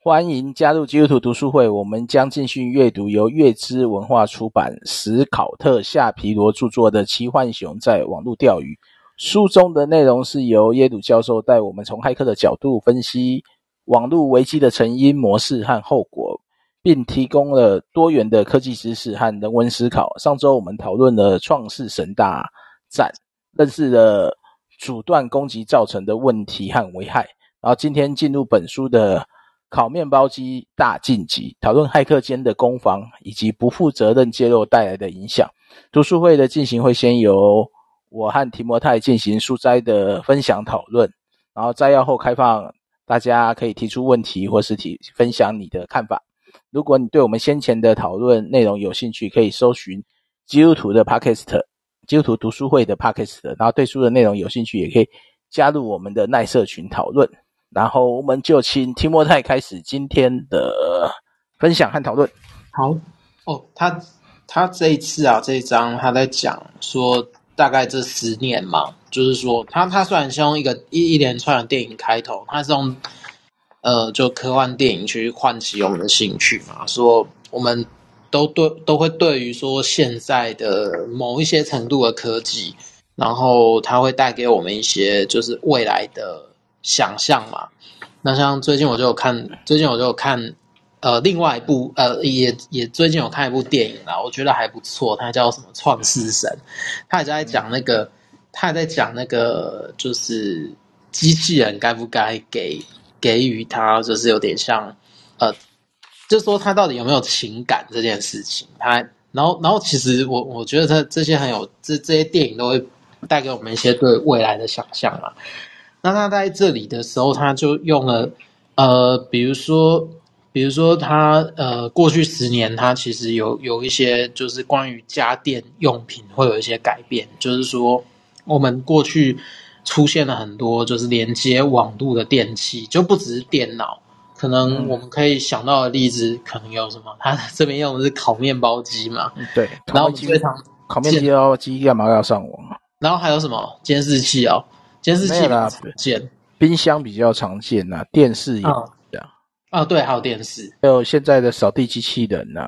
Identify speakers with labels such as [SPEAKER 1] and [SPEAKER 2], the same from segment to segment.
[SPEAKER 1] 欢迎加入基督徒读书会，我们将继续阅读由月之文化出版史考特·夏皮罗著作的《奇幻熊在网络钓鱼》。书中的内容是由耶鲁教授带我们从骇客的角度分析网络危机的成因、模式和后果，并提供了多元的科技知识和人文思考。上周我们讨论了创世神大战，认识了阻断攻击造成的问题和危害。然后今天进入本书的烤面包机大晋级，讨论骇客间的攻防以及不负责任揭露带来的影响。读书会的进行会先由我和提摩太进行书斋的分享讨论，然后摘要后开放大家可以提出问题或是提分享你的看法。如果你对我们先前的讨论内容有兴趣，可以搜寻基督徒的 Podcast 基督徒读书会的 Podcast，然后对书的内容有兴趣，也可以加入我们的耐社群讨论。然后我们就请提莫泰开始今天的分享和讨论。
[SPEAKER 2] 好，
[SPEAKER 3] 哦，他他这一次啊，这一章他在讲说，大概这十年嘛，就是说他他虽然是用一个一一连串的电影开头，他是用呃就科幻电影去唤起我们的兴趣嘛，说我们都对都会对于说现在的某一些程度的科技，然后它会带给我们一些就是未来的想象嘛。那像最近我就有看，最近我就有看，呃，另外一部呃，也也最近有看一部电影啦，我觉得还不错，它叫什么《创世神》，它也在讲那个，它也在讲那个，就是机器人该不该给给予它，就是有点像，呃，就说它到底有没有情感这件事情，它，然后然后其实我我觉得它这些很有这这些电影都会带给我们一些对未来的想象啦。那他在这里的时候，他就用了呃，比如说，比如说他呃，过去十年，他其实有有一些就是关于家电用品会有一些改变，就是说我们过去出现了很多就是连接网络的电器，就不只是电脑。可能我们可以想到的例子，可能有什么？他这边用的是烤面包机嘛，
[SPEAKER 1] 嗯对，
[SPEAKER 3] 然后我
[SPEAKER 1] 烤面
[SPEAKER 3] 们
[SPEAKER 1] 哦机
[SPEAKER 3] 最常，
[SPEAKER 1] 烤面机哦，机干嘛要上网？啊
[SPEAKER 3] 然后还有什么监视器哦，监视器
[SPEAKER 1] 没有啦
[SPEAKER 3] 很常见
[SPEAKER 1] 冰箱比较常见呐、电视也
[SPEAKER 3] 啊
[SPEAKER 1] 这样，
[SPEAKER 3] 啊，对，还有电视，
[SPEAKER 1] 还有现在的扫地机器人呐、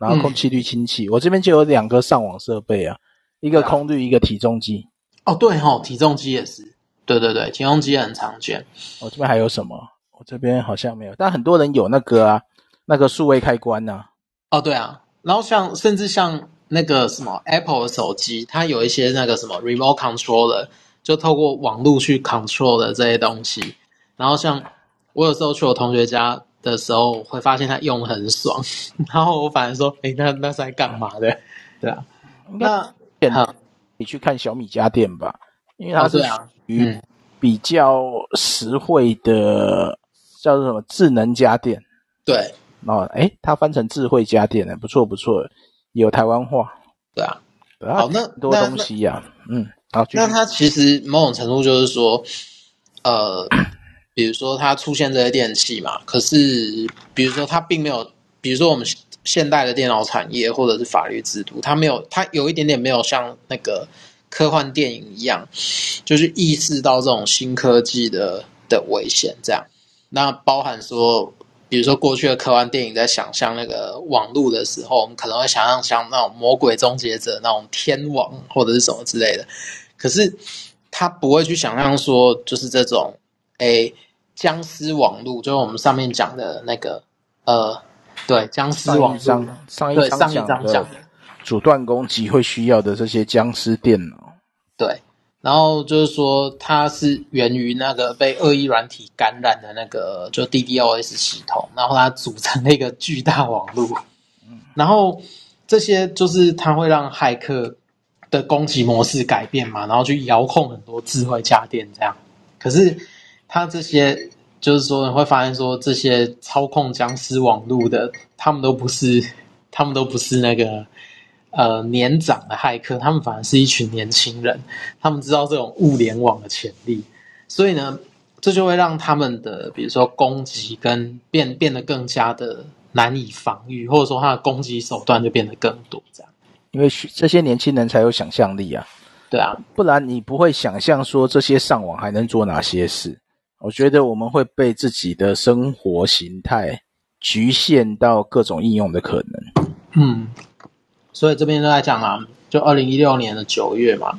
[SPEAKER 1] 然后空气滤清器。我这边就有两个上网设备啊，一个空滤，一个体重机。
[SPEAKER 3] 哦，对吼、体重机也是，对对对，体重机也很常见。
[SPEAKER 1] 我这边还有什么？我这边好像没有，但很多人有那个啊，那个数位开关呐、
[SPEAKER 3] 哦，对啊，然后像甚至像那个什么 Apple 的手机，它有一些那个什么 remote controller，就透过网络去 control 的这些东西。然后像我有时候去我同学家的时候，我会发现他用的很爽， 然后我反而说，诶，那那是在干嘛的？对啊，那
[SPEAKER 1] 点
[SPEAKER 3] 好
[SPEAKER 1] 你去看小米家电吧，因为它
[SPEAKER 3] 哦
[SPEAKER 1] 是
[SPEAKER 3] 对啊
[SPEAKER 1] 属于
[SPEAKER 3] 嗯
[SPEAKER 1] 比较实惠的，叫做什么智能家电
[SPEAKER 3] 对
[SPEAKER 1] 哦，诶，它翻成智慧家电了，不错不错，有台湾话，
[SPEAKER 3] 对啊，
[SPEAKER 1] 对啊
[SPEAKER 3] 好那
[SPEAKER 1] 很多
[SPEAKER 3] 那
[SPEAKER 1] 东西呀、嗯，好，继续
[SPEAKER 3] 那它其实某种程度就是说，呃，比如说它出现这些电器嘛，可是比如说它并没有，比如说我们现代的电脑产业或者是法律制度，它没有，它有一点点没有像那个科幻电影一样，就是意识到这种新科技的的危险，这样。那包含说，比如说过去的科幻电影在想象那个网路的时候，我们可能会想象像那种魔鬼终结者那种天网或者是什么之类的，可是他不会去想象说，就是这种诶僵尸网路，就是我们上面讲的那个呃，对僵尸
[SPEAKER 1] 上
[SPEAKER 3] 网
[SPEAKER 1] 一
[SPEAKER 3] 路，
[SPEAKER 1] 章上
[SPEAKER 3] 对
[SPEAKER 1] 一
[SPEAKER 3] 上一
[SPEAKER 1] 讲
[SPEAKER 3] 章
[SPEAKER 1] 的
[SPEAKER 3] 讲的。
[SPEAKER 1] 阻断攻击会需要的这些僵尸哦电脑，
[SPEAKER 3] 对，然后就是说它是源于那个被恶意软体感染的那个就 DDoS 系统，然后它组成了一个巨大网络，然后这些就是它会让骇客的攻击模式改变嘛，然后去遥控很多智慧家电这样。可是它这些就是说你会发现说这些操控僵尸网络的，他们都不是，他们都不是那个。呃，年长的骇客，他们反而是一群年轻人，他们知道这种物联网的潜力，所以呢，这就会让他们的比如说攻击跟变变得更加的难以防御，或者说他的攻击手段就变得更多，这样
[SPEAKER 1] 因为需这些年轻人才有想象力啊，
[SPEAKER 3] 对啊，
[SPEAKER 1] 不然你不会想象说这些上网还能做哪些事。我觉得我们会被自己的生活形态局限到各种应用的可能。
[SPEAKER 3] 嗯，所以这边就在讲啊，就二零一六年的九月嘛，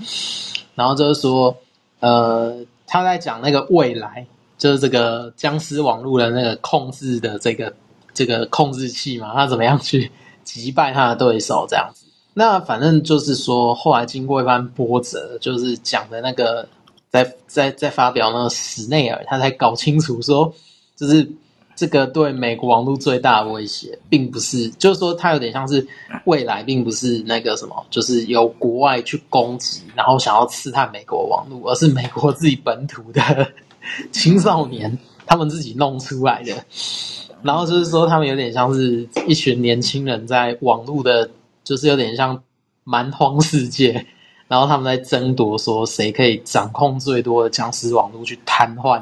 [SPEAKER 3] 然后就是说，呃，他在讲那个未来，就是这个僵尸网络的那个控制的这个这个控制器嘛，他怎么样去击败他的对手这样子。那反正就是说，后来经过一番波折，就是讲的那个在在在发表那个史内尔，他才搞清楚说，就是这个对美国网络最大的威胁，并不是，就是说它有点像是未来，并不是那个什么，就是由国外去攻击，然后想要刺探美国网络，而是美国自己本土的 青少年他们自己弄出来的。然后就是说，他们有点像是一群年轻人在网络的，就是有点像蛮荒世界，然后他们在争夺说谁可以掌控最多的僵尸网络，去瘫痪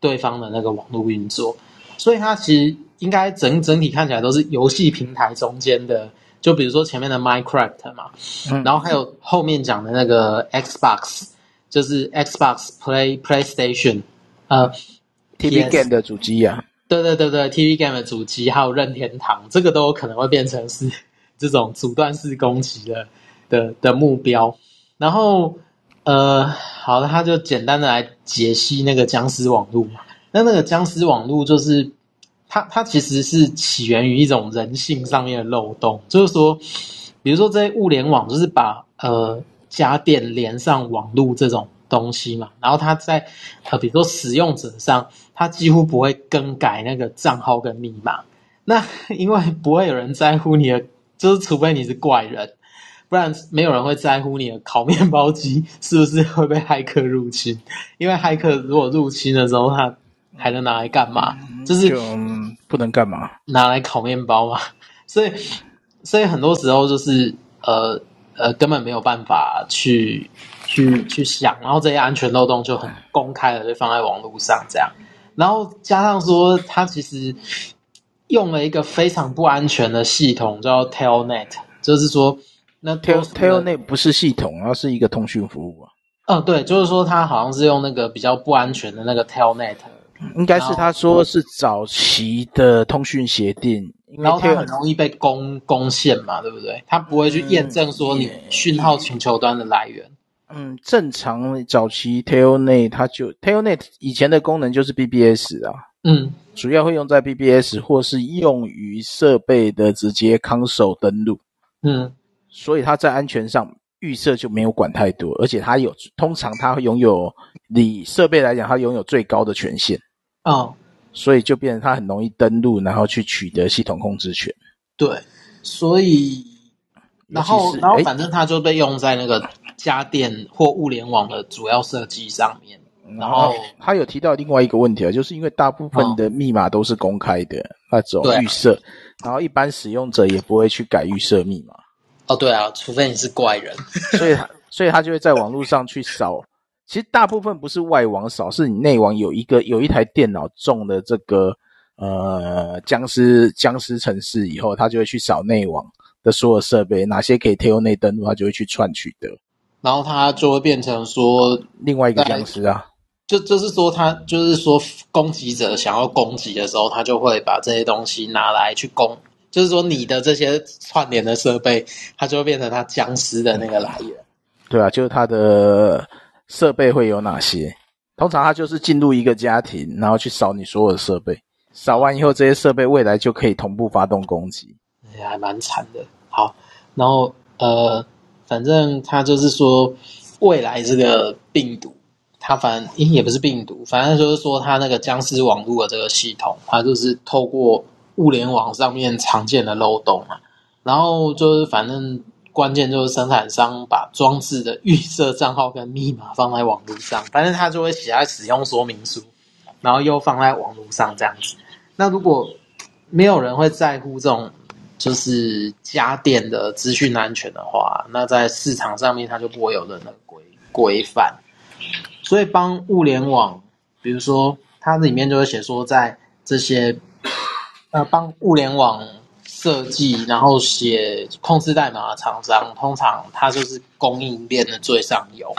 [SPEAKER 3] 对方的那个网络运作。所以它其实应该整整体看起来都是游戏平台中间的，就比如说前面的 Minecraft 嘛，
[SPEAKER 1] 嗯
[SPEAKER 3] 然后还有后面讲的那个 Xbox，就是 Xbox Play PlayStation，呃
[SPEAKER 1] TV game 的主机啊，
[SPEAKER 3] 对对对对，TV Game 的主机还有任天堂，这个都有可能会变成是这种阻断式攻击的的的目标。然后，呃，好了，他就简单的来解析那个僵尸网络嘛。那那个僵尸网络就是它，它其实是起源于一种人性上面的漏洞，就是说，比如说这些物联网，就是把呃家电连上网络这种东西嘛，然后它在呃比如说使用者上，它几乎不会更改那个账号跟密码， 那因为不会有人在乎你的，就是除非你是怪人。不然没有人会在乎你的烤面包机是不是会被骇客入侵，因为骇客如果入侵的时候，他还能拿来干嘛？就是
[SPEAKER 1] 就、嗯不能干嘛？
[SPEAKER 3] 拿来烤面包嘛。 所以，所以很多时候就是呃呃，根本没有办法去去去想，然后这些安全漏洞就很公开的被放在网络上这样，然后加上说它其实用了一个非常不安全的系统叫 Telnet，就是说那
[SPEAKER 1] Tail
[SPEAKER 3] 多数的
[SPEAKER 1] Tail 那不是系统，而是一个通讯服务啊，
[SPEAKER 3] 哦对，就是说它好像是用那个比较不安全的那个 Telnet。
[SPEAKER 1] 应该是他说是早期的通讯协定，因为
[SPEAKER 3] 然后它
[SPEAKER 1] Tail
[SPEAKER 3] 很容易被攻攻陷嘛，对不对？它不会去验证说你讯号请求端的来源。
[SPEAKER 1] 嗯，正常早期 Tailnet 它就 Tailnet 以前的功能就是 BBS 啊，
[SPEAKER 3] 嗯
[SPEAKER 1] 主要会用在 BBS 或是用于设备的直接 console 登录，
[SPEAKER 3] 嗯
[SPEAKER 1] 所以它在安全上预设就没有管太多，而且它有通常它会拥有你设备来讲，它拥有最高的权限，
[SPEAKER 3] 哦，
[SPEAKER 1] 所以就变成它很容易登录，然后去取得系统控制权。
[SPEAKER 3] 对，所以
[SPEAKER 1] 尤
[SPEAKER 3] 然
[SPEAKER 1] 其
[SPEAKER 3] 后
[SPEAKER 1] 是
[SPEAKER 3] 然后
[SPEAKER 1] 诶
[SPEAKER 3] 反正它就被用在那个家电或物联网的主要设计上面。然后
[SPEAKER 1] 他有提到另外一个问题啊，就是因为大部分的密码都是公开的、那种
[SPEAKER 3] 对啊
[SPEAKER 1] 预设，然后一般使用者也不会去改预设密码，
[SPEAKER 3] 哦，对啊，除非你是怪人。
[SPEAKER 1] 所以他所以他就会在网络上去扫。其实大部分不是外网扫，是你内网有一个有一台电脑中了这个呃僵尸僵尸城市以后，他就会去扫内网的所有设备，哪些可以 tail 内登录，他就会去串取得
[SPEAKER 3] 然后它就会变成说，
[SPEAKER 1] 另外一个
[SPEAKER 3] 对
[SPEAKER 1] 僵尸啊。
[SPEAKER 3] 就就是说它就是说攻击者想要攻击的时候，他就会把这些东西拿来去攻，就是说你的这些串联的设备，它就会变成它僵尸的那个来源。
[SPEAKER 1] 对啊，就是它的设备会有哪些？通常它就是进入一个家庭，然后去扫你所有的设备，扫完以后，这些设备未来就可以同步发动攻击。
[SPEAKER 3] 也还蛮惨的。好，然后呃，反正他就是说，未来这个病毒，它反正诶也不是病毒，反正就是说它那个僵尸网络的这个系统，它就是透过物联网上面常见的漏洞嘛，然后就是反正。关键就是生产商把装置的预设账号跟密码放在网络上，反正他就会写在使用说明书，然后又放在网络上这样子。那如果没有人会在乎这种就是家电的资讯安全的话，那在市场上面它就不会有人的规规范。所以帮物联网，比如说它里面就会写说，在这些呃帮物联网设计，然后写控制代码的厂商，通常它就是供应链的最上游。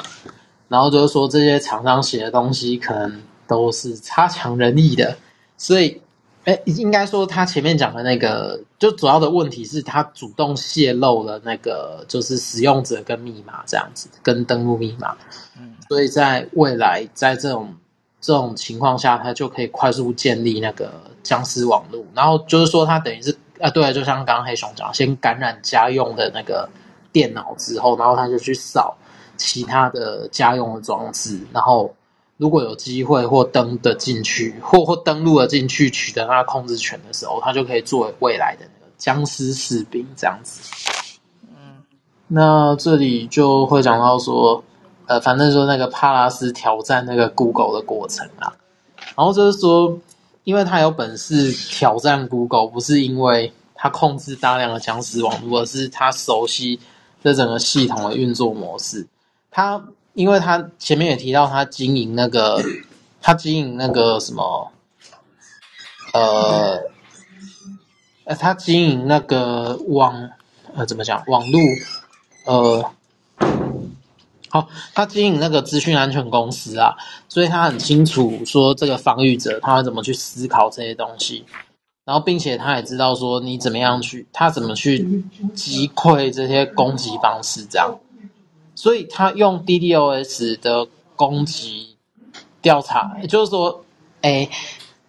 [SPEAKER 3] 然后就是说这些厂商写的东西可能都是差强人意的，所以，哎，应该说他前面讲的那个，就主要的问题是他主动泄露了那个就是使用者跟密码这样子，跟登录密码，
[SPEAKER 1] 嗯
[SPEAKER 3] 所以在未来在这种这种情况下，他就可以快速建立那个僵尸网络，然后就是说他等于是啊，对，就像刚刚黑熊讲，先感染家用的那个电脑之后，然后他就去扫其他的家用的装置，然后。如果有机会或登的进去，或或登录了进去，取得他控制权的时候，他就可以作为未来的那个僵尸士兵这样子。那这里就会讲到说，呃，反正说那个帕拉斯挑战那个 Google 的过程啊，然后就是说，因为他有本事挑战 Google，不是因为他控制大量的僵尸网络，而是他熟悉这整个系统的运作模式。他因为他前面也提到，他经营那个，他经营那个什么，呃，呃，他经营那个网，呃，怎么讲？网络，呃，好，他经营那个资讯安全公司啊，所以他很清楚说这个防御者他会怎么去思考这些东西，然后并且他也知道说你怎么样去，他怎么去击溃这些攻击方式这样，所以他用 DDoS 的攻击调查，也就是说，哎。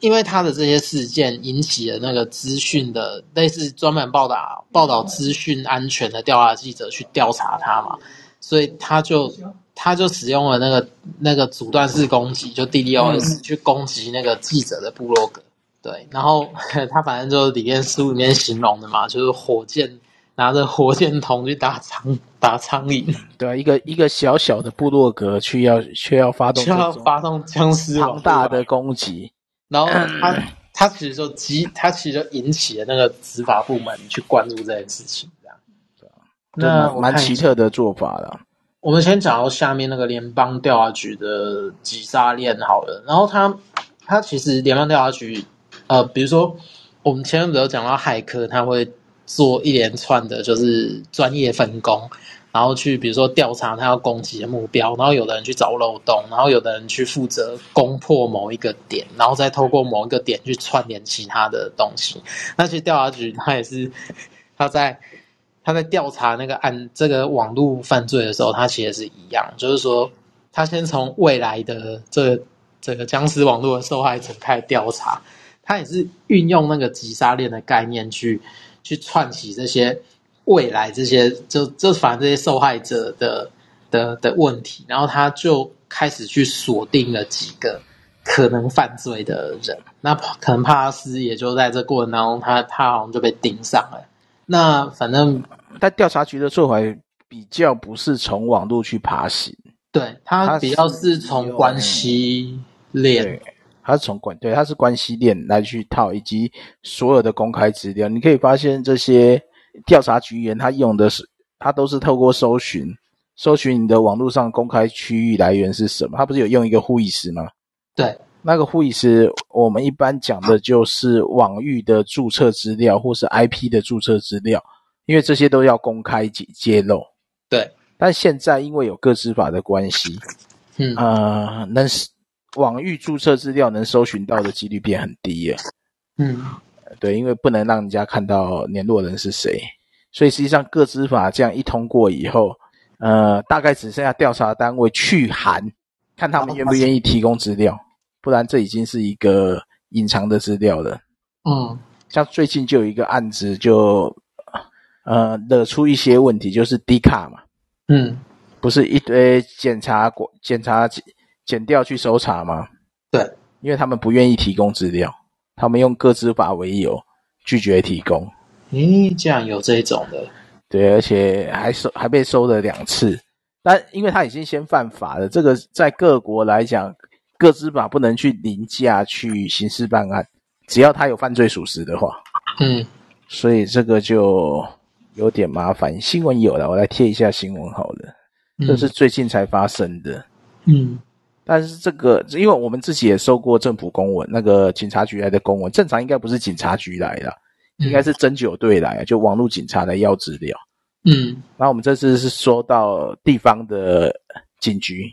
[SPEAKER 3] 因为他的这些事件引起了那个资讯的类似专门报道报道资讯安全的调查记者去调查他嘛，所以他就他就使用了那个那个阻断式攻击，就 DDoS 去攻击那个记者的部落格。对，然后 他反正就是里面书里面形容的嘛，就是火箭拿着火箭筒去打苍打苍蝇，
[SPEAKER 1] 对啊，一个一个小小的部落格，却要却要发动
[SPEAKER 3] 就要
[SPEAKER 1] 这种
[SPEAKER 3] 发动僵尸网
[SPEAKER 1] 庞
[SPEAKER 3] 络
[SPEAKER 1] 大
[SPEAKER 3] 吧
[SPEAKER 1] 的攻击，
[SPEAKER 3] 然后他他其实就激，他其实就引起了那个执法部门去关注这件事情，这样。
[SPEAKER 1] 就
[SPEAKER 3] 那
[SPEAKER 1] 蛮
[SPEAKER 3] 我
[SPEAKER 1] 蛮
[SPEAKER 3] 看一
[SPEAKER 1] 奇
[SPEAKER 3] 下
[SPEAKER 1] 特的做法了。
[SPEAKER 3] 我们先讲到下面那个联邦调查局的击杀链好了，然后他他其实联邦调查局，呃，比如说我们前面不是有讲到骇客，他会做一连串的就是专业分工，然后去比如说调查他要攻击的目标，然后有的人去找漏洞，然后有的人去负责攻破某一个点，然后再透过某一个点去串联其他的东西。那其实调查局他也是他在他在调查那个案这个网络犯罪的时候，他其实是一样，就是说他先从未来的这这个僵尸网络的受害者开始调查，他也是运用那个击杀链的概念去去串起这些未来这些就就反正这些受害者的的的问题，然后他就开始去锁定了几个可能犯罪的人，那可能帕拉斯也就在这过程当中，他他好像就被盯上了。那反正
[SPEAKER 1] 但调查局的做法比较不是从网络去爬行，
[SPEAKER 3] 对他
[SPEAKER 1] 他
[SPEAKER 3] 比较
[SPEAKER 1] 是
[SPEAKER 3] 是从
[SPEAKER 1] 用
[SPEAKER 3] 关系链
[SPEAKER 1] 对，它是从关对它是关系链来去套，以及所有的公开资料，你可以发现这些调查局员他用的是，他都是透过搜寻，搜寻你的网络上公开区域来源是什么。他不是有用一个互议时吗？
[SPEAKER 3] 对
[SPEAKER 1] 那个护理师，我们一般讲的就是网域的注册资料或是 IP 的注册资料，因为这些都要公开揭揭露。
[SPEAKER 3] 对，
[SPEAKER 1] 但现在因为有个资法的关系，
[SPEAKER 3] 嗯，
[SPEAKER 1] 呃，能网域注册资料能搜寻到的几率变很低了。
[SPEAKER 3] 嗯，
[SPEAKER 1] 对，因为不能让人家看到联络人是谁，所以实际上个资法这样一通过以后，呃，大概只剩下调查单位去函，看他们愿不愿意提供资料，不然这已经是一个隐藏的资料了。
[SPEAKER 3] 嗯，
[SPEAKER 1] 像最近就有一个案子就，呃，惹出一些问题，就是 D 卡嘛，
[SPEAKER 3] 嗯，
[SPEAKER 1] 不是一堆检察国检察检调去搜查吗？
[SPEAKER 3] 对，
[SPEAKER 1] 因为他们不愿意提供资料，他们用个资法为由拒绝提供。
[SPEAKER 3] 咦，竟然有这种的，
[SPEAKER 1] 对，而且还收还被收了两次。但因为他已经先犯法了，这个在各国来讲，各执法不能去凌驾去刑事办案，只要他有犯罪属实的话，
[SPEAKER 3] 嗯，
[SPEAKER 1] 所以这个就有点麻烦。新闻有了，我来贴一下新闻好了，
[SPEAKER 3] 嗯
[SPEAKER 1] 这是最近才发生的。
[SPEAKER 3] 嗯
[SPEAKER 1] 但是这个，因为我们自己也收过政府公文，那个警察局来的公文，正常应该不是警察局来的，应该是侦九队来的，啊就网络警察来要资料。
[SPEAKER 3] 嗯
[SPEAKER 1] 然后我们这次是收到地方的警局，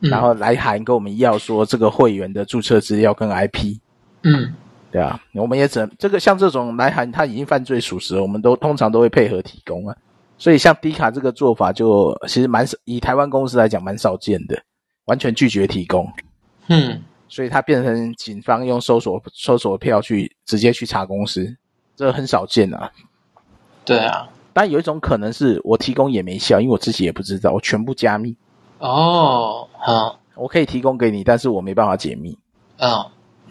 [SPEAKER 3] 嗯
[SPEAKER 1] 然后来函跟我们要说这个会员的注册资料跟 IP，
[SPEAKER 3] 嗯
[SPEAKER 1] 对啊，我们也只能这个像这种来函他已经犯罪属实了，我们都通常都会配合提供啊。所以像迪卡这个做法就其实蛮少以台湾公司来讲蛮少见的，完全拒绝提供，
[SPEAKER 3] 嗯
[SPEAKER 1] 所以它变成警方用搜索搜索票去直接去查公司，这很少见啊。
[SPEAKER 3] 对啊，
[SPEAKER 1] 但有一种可能是我提供也没效，因为我自己也不知道，我全部加密，
[SPEAKER 3] 哦，好，
[SPEAKER 1] 我可以提供给你，但是我没办法解密。
[SPEAKER 3] 嗯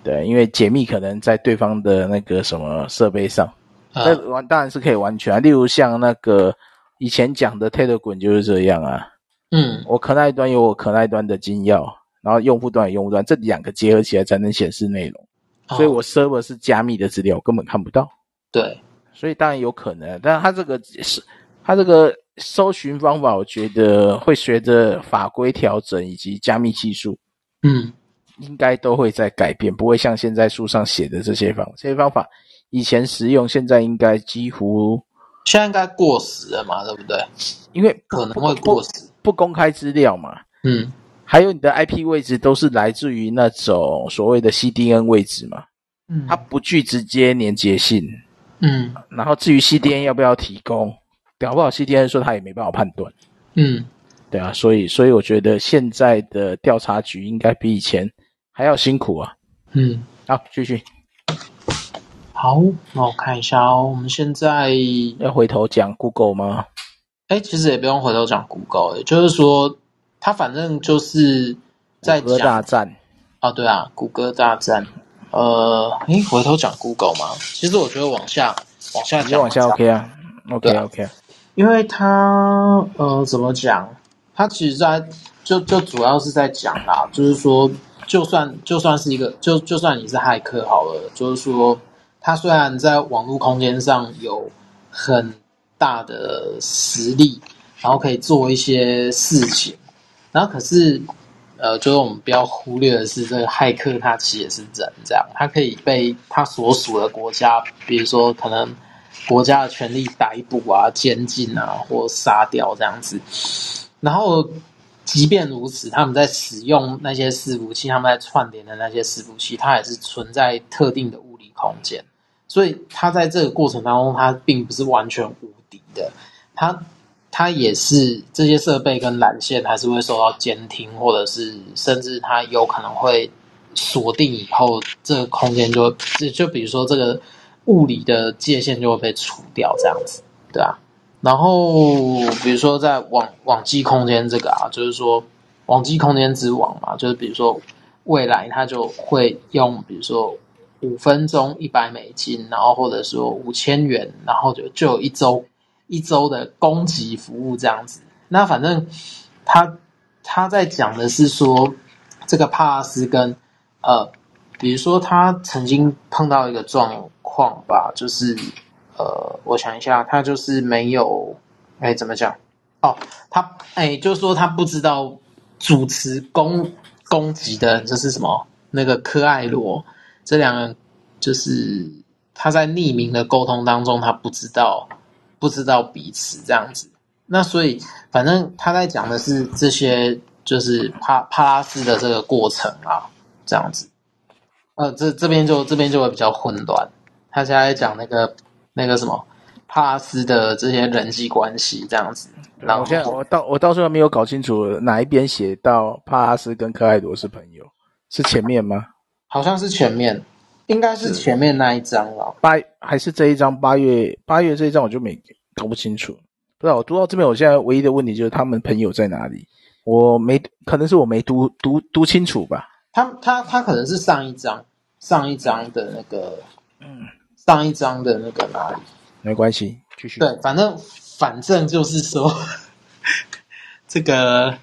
[SPEAKER 1] 对，因为解密可能在对方的那个什么设备上，那
[SPEAKER 3] 嗯
[SPEAKER 1] 完当然是可以完全、啊。例如像那个以前讲的 Telegram 就是这样啊，
[SPEAKER 3] 嗯
[SPEAKER 1] 我可耐端有我可耐端的金钥，然后用户端有用户端，这两个结合起来才能显示内容。
[SPEAKER 3] 哦
[SPEAKER 1] 所以我 server 是加密的资料，我根本看不到。
[SPEAKER 3] 对，
[SPEAKER 1] 所以当然有可能，啊但他这个是他这个搜寻方法，我觉得会随着法规调整以及加密技术，
[SPEAKER 3] 嗯
[SPEAKER 1] 应该都会在改变，不会像现在书上写的这些方这些方法，以前实用，现在应该几乎
[SPEAKER 3] 现在应该过时了嘛，对不对？
[SPEAKER 1] 因为
[SPEAKER 3] 可能
[SPEAKER 1] 不
[SPEAKER 3] 会
[SPEAKER 1] 不
[SPEAKER 3] 过时。
[SPEAKER 1] 不公开资料嘛，
[SPEAKER 3] 嗯
[SPEAKER 1] 还有你的 IP 位置都是来自于那种所谓的 CDN 位置嘛，
[SPEAKER 3] 嗯
[SPEAKER 1] 它不具直接连接性。
[SPEAKER 3] 嗯
[SPEAKER 1] 然后至于 CDN 要不要提供，搞不好 CDN 说他也没办法判断。
[SPEAKER 3] 嗯
[SPEAKER 1] 对啊，所以所以我觉得现在的调查局应该比以前还要辛苦啊。
[SPEAKER 3] 嗯，
[SPEAKER 1] 好，继续
[SPEAKER 3] 好，那我看一下哦，我们现在
[SPEAKER 1] 要回头讲 Google 吗？
[SPEAKER 3] 哎，其实也不用回头讲 Google，也就是说，它反正就是在
[SPEAKER 1] 谷歌大
[SPEAKER 3] 讲
[SPEAKER 1] 战，
[SPEAKER 3] 啊，对啊，谷歌大战。呃，哎，回头讲 Google 吗？其实我觉得往下往下
[SPEAKER 1] 直接
[SPEAKER 3] 讲，
[SPEAKER 1] 往下 OK 啊，OK
[SPEAKER 3] 对
[SPEAKER 1] OK 啊
[SPEAKER 3] 因为它呃怎么讲，它其实在就就主要是在讲啦，就是说，就算就算是一个就就算你是骇客好了，就是说，它虽然在网络空间上有很大的实力，然后可以做一些事情，然后可是呃，就是我们不要忽略的是，这个骇客他其实也是人，这样他可以被他所属的国家，比如说可能国家的权力逮捕啊、监禁啊或杀掉这样子。然后，即便如此，他们在使用那些伺服器，他们在串联的那些伺服器，它也是存在特定的物理空间，所以它在这个过程当中，它并不是完全无敌的，它它也是这些设备跟缆线还是会受到监听，或者是甚至它有可能会锁定以后，这个空间就就就比如说这个物理的界限就会被除掉，这样子，对啊。然后比如说在网网际空间这个啊，就是说网际空间之网嘛，就是比如说未来它就会用比如说五分钟一百美金，然后或者说五千元，然后就就有一周一周的供给服务这样子。那反正他他在讲的是说，这个帕拉斯跟呃，比如说他曾经碰到一个状况吧，就是呃，我想一下，他就是没有哎怎么讲哦，他哎就是说他不知道主持攻攻击的就是什么那个科艾罗这两个就是他在匿名的沟通当中，他不知道不知道彼此这样子。那所以，反正他在讲的是这些，就是帕帕拉斯的这个过程啊，这样子。呃，这这边就这边就会比较混乱。他现在讲那个那个什么帕拉斯的这些人际关系这样子。然后
[SPEAKER 1] 我现在我到我到时候没有搞清楚哪一边写到帕拉斯跟科爱罗是朋友，是前面吗？
[SPEAKER 3] 好像是前面，应该是前面那一张了。
[SPEAKER 1] 八还是这一张八月八月这一张我就没搞不清楚，不知道我读到这边，我现在唯一的问题就是他们朋友在哪里，我没可能是我没读读读清楚吧。
[SPEAKER 3] 他他他可能是上一张上一张的那个，上一张的那个哪里？
[SPEAKER 1] 没关系，继续。
[SPEAKER 3] 对，反正反正就是说， 这个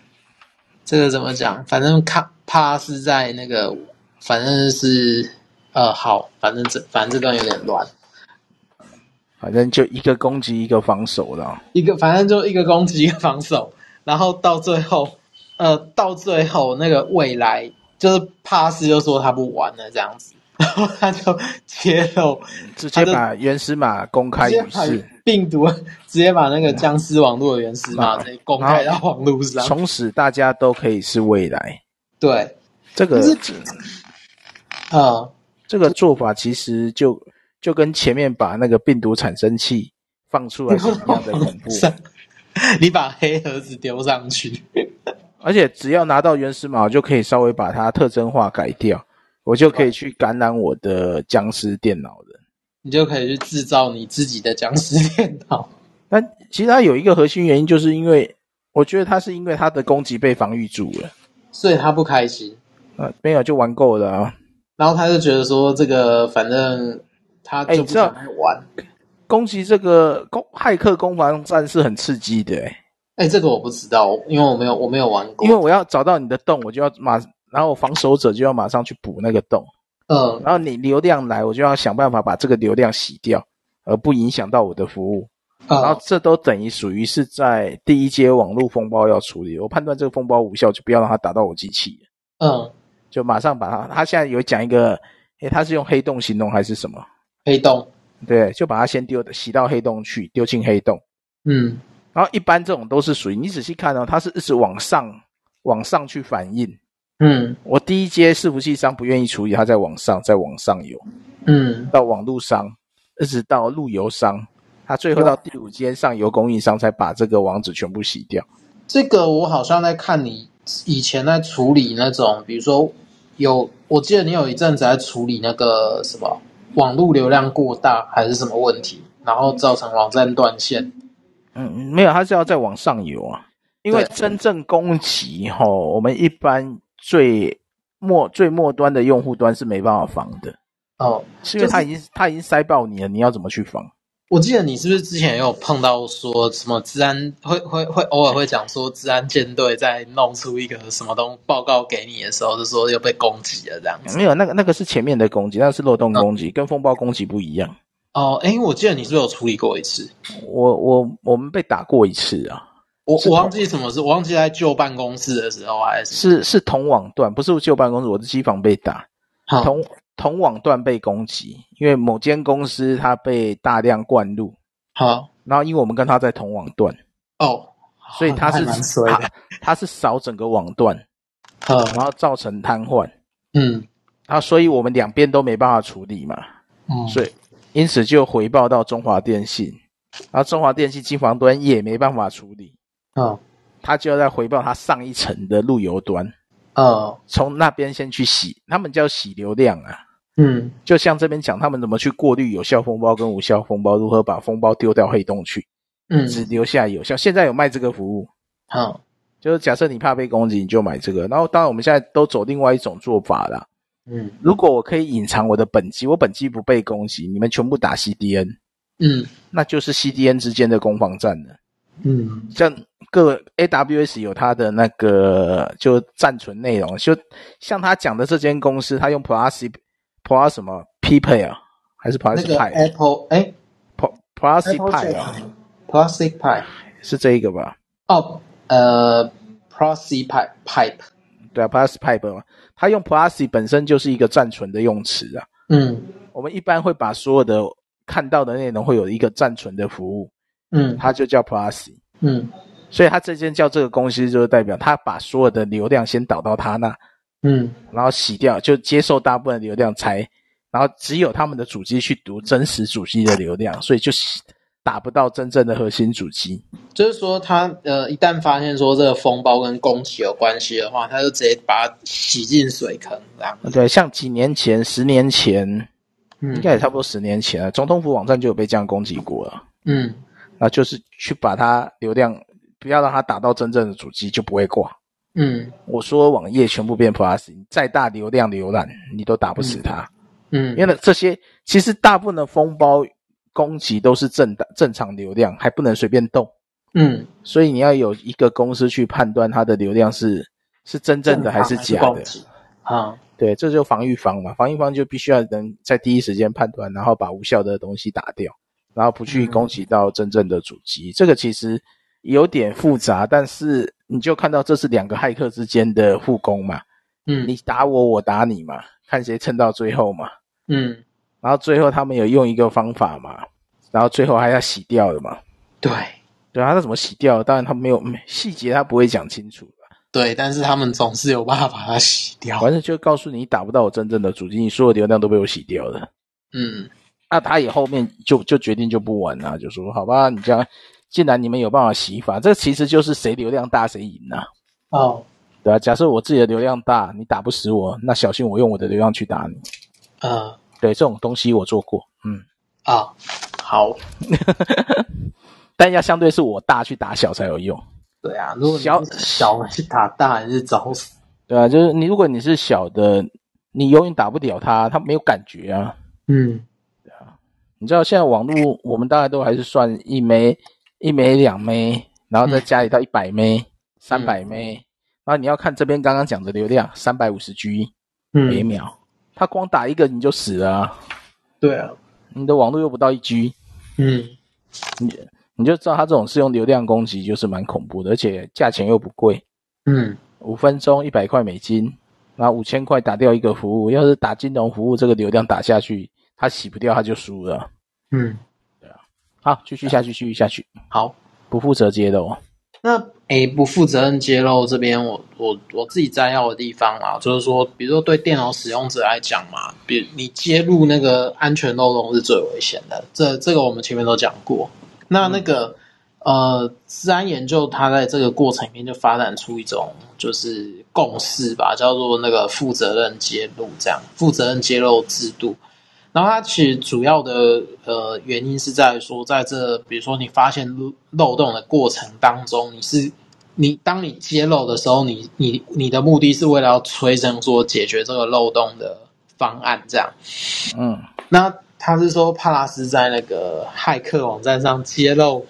[SPEAKER 3] 这个怎么讲？反正卡帕是在那个，反正是呃好，反正这反正这段有点乱。
[SPEAKER 1] 反正就一个攻击一个防守啊了。
[SPEAKER 3] 一个反正就一个攻击一个防守，然后到最后，呃，到最后那个未来就是帕斯就说他不玩了这样子， 然后他就揭露
[SPEAKER 1] 直接把原始码公开
[SPEAKER 3] 直接
[SPEAKER 1] 于
[SPEAKER 3] 把
[SPEAKER 1] 世，
[SPEAKER 3] 病毒， 直接把那个僵尸网络的原始
[SPEAKER 1] 啊
[SPEAKER 3] 码直接公开到网络上。
[SPEAKER 1] 从此大家都可以是未来。
[SPEAKER 3] 对，
[SPEAKER 1] 这个
[SPEAKER 3] 可是
[SPEAKER 1] 哦
[SPEAKER 3] 嗯，
[SPEAKER 1] 这个做法其实就就跟前面把那个病毒产生器放出来是一样的恐 怖，
[SPEAKER 3] 啊你把黑盒子丢上去，
[SPEAKER 1] 而且只要拿到原始码，我就可以稍微把它特征化改掉，我就可以去感染我的僵尸电脑人。
[SPEAKER 3] 你就可以去制造你自己的僵尸电脑。
[SPEAKER 1] 但其实它有一个核心原因，就是因为我觉得它是因为它的攻击被防御住了，
[SPEAKER 3] 所以他不开心，
[SPEAKER 1] 呃，没有就玩够了啊。
[SPEAKER 3] 然后他就觉得说这个反正他
[SPEAKER 1] 哎
[SPEAKER 3] 就
[SPEAKER 1] 你
[SPEAKER 3] 不
[SPEAKER 1] 知道
[SPEAKER 3] 想玩。
[SPEAKER 1] 攻击这个攻骇客攻防战是很刺激的、欸，
[SPEAKER 3] 哎、这个我不知道，因为我没有我没有玩过。
[SPEAKER 1] 因为我要找到你的洞，我就要马，然后防守者就要马上去补那个洞，
[SPEAKER 3] 嗯，
[SPEAKER 1] 然后你流量来，我就要想办法把这个流量洗掉，而不影响到我的服务。然后
[SPEAKER 3] 嗯
[SPEAKER 1] 这都等于属于是在第一阶网络风暴要处理，我判断这个风暴无效，就不要让它打到我机器，
[SPEAKER 3] 嗯，
[SPEAKER 1] 就马上把它。他现在有讲一个，诶，他是用黑洞形容还是什么？
[SPEAKER 3] 黑洞，
[SPEAKER 1] 对，就把它先丢的洗到黑洞去，丢进黑洞。
[SPEAKER 3] 嗯
[SPEAKER 1] 然后一般这种都是属于你仔细看哦，它是一直往上往上去反应。
[SPEAKER 3] 嗯
[SPEAKER 1] 我第一阶伺服器商不愿意处理，它在往上，再往上游，
[SPEAKER 3] 嗯，
[SPEAKER 1] 到网路商，一直到路由商，它最后到第五阶上游供应商才把这个网址全部洗掉。
[SPEAKER 3] 这个我好像在看你以前在处理那种，比如说有，我记得你有一阵子在处理那个什么网络流量过大还是什么问题，然后造成网站断线。
[SPEAKER 1] 嗯，没有，它是要再往上游啊，因为
[SPEAKER 3] 对
[SPEAKER 1] 真正攻击吼、我们一般最末最末端的用户端是没办法防的，
[SPEAKER 3] 哦，
[SPEAKER 1] 是因为
[SPEAKER 3] 就是
[SPEAKER 1] 它已经它已经塞爆你了，你要怎么去防？
[SPEAKER 3] 我记得你是不是之前也有碰到说什么治安会会会偶尔会讲说治安舰队在弄出一个什么东报告给你的时候，就说又被攻击了这样子。
[SPEAKER 1] 没有，那个那个是前面的攻击，那个是漏洞攻击，跟风暴攻击不一样。
[SPEAKER 3] 哦，诶，我记得你是不是有处理过一次？
[SPEAKER 1] 我我我们被打过一次啊，
[SPEAKER 3] 我
[SPEAKER 1] 是
[SPEAKER 3] 我
[SPEAKER 1] 同
[SPEAKER 3] 忘记什么是，我忘记在旧办公室的时候还是
[SPEAKER 1] 是是同网段，不是旧办公室，我是机房被打，
[SPEAKER 3] 好
[SPEAKER 1] 同同网段被攻击，因为某间公司它被大量灌入，
[SPEAKER 3] 好
[SPEAKER 1] 然后因为我们跟他在同网段，
[SPEAKER 3] 哦，
[SPEAKER 1] 所以他
[SPEAKER 3] 还
[SPEAKER 1] 是
[SPEAKER 3] 蛮衰的
[SPEAKER 1] 他他是扫整个网段，
[SPEAKER 3] 好
[SPEAKER 1] 然后造成瘫痪，
[SPEAKER 3] 嗯
[SPEAKER 1] 然后所以我们两边都没办法处理嘛，
[SPEAKER 3] 嗯，
[SPEAKER 1] 所以因此就回报到中华电信，然后中华电信机房端也没办法处理，
[SPEAKER 3] 嗯
[SPEAKER 1] 他就要再回报他上一层的路由端，
[SPEAKER 3] 嗯
[SPEAKER 1] 从那边先去洗，他们叫洗流量啊。
[SPEAKER 3] 嗯
[SPEAKER 1] 就像这边讲，他们怎么去过滤有效风暴跟无效风暴，如何把风暴丢掉黑洞去，只
[SPEAKER 3] 嗯
[SPEAKER 1] 留下有效。现在有卖这个服务，
[SPEAKER 3] 好
[SPEAKER 1] 就是假设你怕被攻击，你就买这个。然后当然我们现在都走另外一种做法啦。
[SPEAKER 3] 嗯
[SPEAKER 1] 如果我可以隐藏我的本机，我本机不被攻击，你们全部打 CDN，
[SPEAKER 3] 嗯
[SPEAKER 1] 那就是 CDN 之间的攻防战了。
[SPEAKER 3] 嗯
[SPEAKER 1] 像各 AWS 有它的那个就暂存内容，就像他讲的这间公司，他用 Plus Plus 什么 P Pay 啊，还是
[SPEAKER 3] 那
[SPEAKER 1] Plus
[SPEAKER 3] 个
[SPEAKER 1] Pay
[SPEAKER 3] Apple 哎
[SPEAKER 1] Plus
[SPEAKER 3] Apple
[SPEAKER 1] Pay 啊，
[SPEAKER 3] Plastic Pipe
[SPEAKER 1] 是这一个吧？
[SPEAKER 3] 哦呃 Plastic Pipe Pipe
[SPEAKER 1] 对啊，Plus Pay 嘛，他用 Plus 本身就是一个暂存的用词啊。
[SPEAKER 3] 嗯
[SPEAKER 1] 我们一般会把所有的看到的内容会有一个暂存的服务，
[SPEAKER 3] 嗯
[SPEAKER 1] 它就叫 Plus。
[SPEAKER 3] 嗯
[SPEAKER 1] 所以它这间叫这个公司，就是代表它把所有的流量先导到它那，
[SPEAKER 3] 嗯
[SPEAKER 1] 然后洗掉，就接受大部分流量才，然后只有他们的主机去读真实主机的流量，所以就洗打不到真正的核心主机。
[SPEAKER 3] 就是说他呃一旦发现说这个风暴跟攻击有关系的话，他就直接把它洗进水坑这样。
[SPEAKER 1] 对，像几年前、十年前，应
[SPEAKER 3] 嗯
[SPEAKER 1] 该也差不多十年前了，总统府网站就有被这样攻击过了。
[SPEAKER 3] 嗯
[SPEAKER 1] 那就是去把它流量，不要让它打到真正的主机，就不会挂。
[SPEAKER 3] 嗯
[SPEAKER 1] 我说网页全部变 Plus，你再大流量浏览，你都打不死它。
[SPEAKER 3] 嗯
[SPEAKER 1] 因为这些其实大部分的风暴攻击都是正大正常流量，还不能随便动，
[SPEAKER 3] 嗯
[SPEAKER 1] 所以你要有一个公司去判断它的流量是是真正的还是假
[SPEAKER 3] 攻
[SPEAKER 1] 的。
[SPEAKER 3] 击啊。
[SPEAKER 1] 对，这就防御方嘛，防御方就必须要能在第一时间判断，然后把无效的东西打掉，然后不去攻击到真正的主机。这个其实有点复杂，但是你就看到这是两个骇客之间的互攻嘛，
[SPEAKER 3] 嗯
[SPEAKER 1] 你打我，我打你嘛，看谁撑到最后嘛。
[SPEAKER 3] 嗯，
[SPEAKER 1] 然后最后他们有用一个方法嘛，然后最后还要洗掉的嘛。
[SPEAKER 3] 对
[SPEAKER 1] 对啊，他怎么洗掉？当然他没有没细节，他不会讲清楚。
[SPEAKER 3] 对，但是他们总是有办法把它洗掉。
[SPEAKER 1] 反正就告诉你，你打不到我真正的主机，你所有流量都被我洗掉了。
[SPEAKER 3] 嗯，
[SPEAKER 1] 那他也后面就就决定就不玩了，就说好吧，你这样，既然你们有办法洗法，这其实就是谁流量大谁赢啊，
[SPEAKER 3] 哦，
[SPEAKER 1] 对吧、假设我自己的流量大，你打不死我，那小心我用我的流量去打你。
[SPEAKER 3] 呃，
[SPEAKER 1] 对，这种东西我做过，嗯，
[SPEAKER 3] 啊，好，
[SPEAKER 1] 但要相对是我大去打小才有用，
[SPEAKER 3] 对啊，如果你
[SPEAKER 1] 小
[SPEAKER 3] 是小去打大还是找死？
[SPEAKER 1] 对吧、就是你如果你是小的，你永远打不了他，他没有感觉啊。
[SPEAKER 3] 嗯
[SPEAKER 1] 你知道现在网络，我们大概都还是算一枚、一枚、两枚，然后再加一到一百枚、三百枚，然后你要看这边刚刚讲的流量，三百五十 G 每
[SPEAKER 3] 嗯，
[SPEAKER 1] 秒，他光打一个你就死了啊、
[SPEAKER 3] 对啊，
[SPEAKER 1] 你的网络又不到一 G，
[SPEAKER 3] 嗯
[SPEAKER 1] 你就知道他这种是用流量攻击，就是蛮恐怖的，而且价钱又不贵，
[SPEAKER 3] 嗯
[SPEAKER 1] 五分钟一百块美金，然后五千块打掉一个服务，要是打金融服务，这个流量打下去，他洗不掉他就输了。
[SPEAKER 3] 嗯，
[SPEAKER 1] 好，继续下去，继续下去，
[SPEAKER 3] 好。
[SPEAKER 1] 不负责接的哦。
[SPEAKER 3] 那诶，不负责任揭露这边我，我我自己摘要的地方啊，就是说，比如说对电脑使用者来讲嘛，比你揭露那个安全漏洞是最危险的，这这个我们前面都讲过。那那个、呃，治安研究它在这个过程里面就发展出一种就是共识吧，叫做那个负责任揭露这样，负责任揭露制度。然后它其实主要的呃原因是在于说，在这比如说你发现漏漏洞的过程当中，你是你当你揭露的时候，你你你的目的是为了要催生说解决这个漏洞的方案这样。
[SPEAKER 1] 嗯。
[SPEAKER 3] 那他是说帕拉斯在那个骇客网站上揭露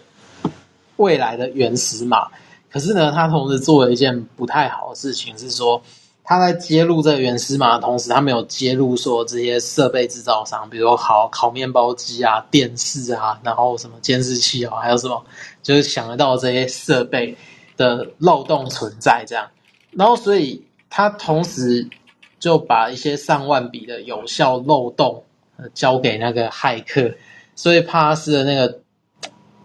[SPEAKER 3] 未来的原始码，可是呢，他同时做了一件不太好的事情，是说他在揭露这个原始码的同时，他没有揭露说这些设备制造商，比如说烤烤面包机啊、电视啊，然后什么监视器啊，还有什么就是想得到这些设备的漏洞存在这样，然后所以他同时就把一些上万笔的有效漏洞呃交给那个骇客，所以帕拉斯的那个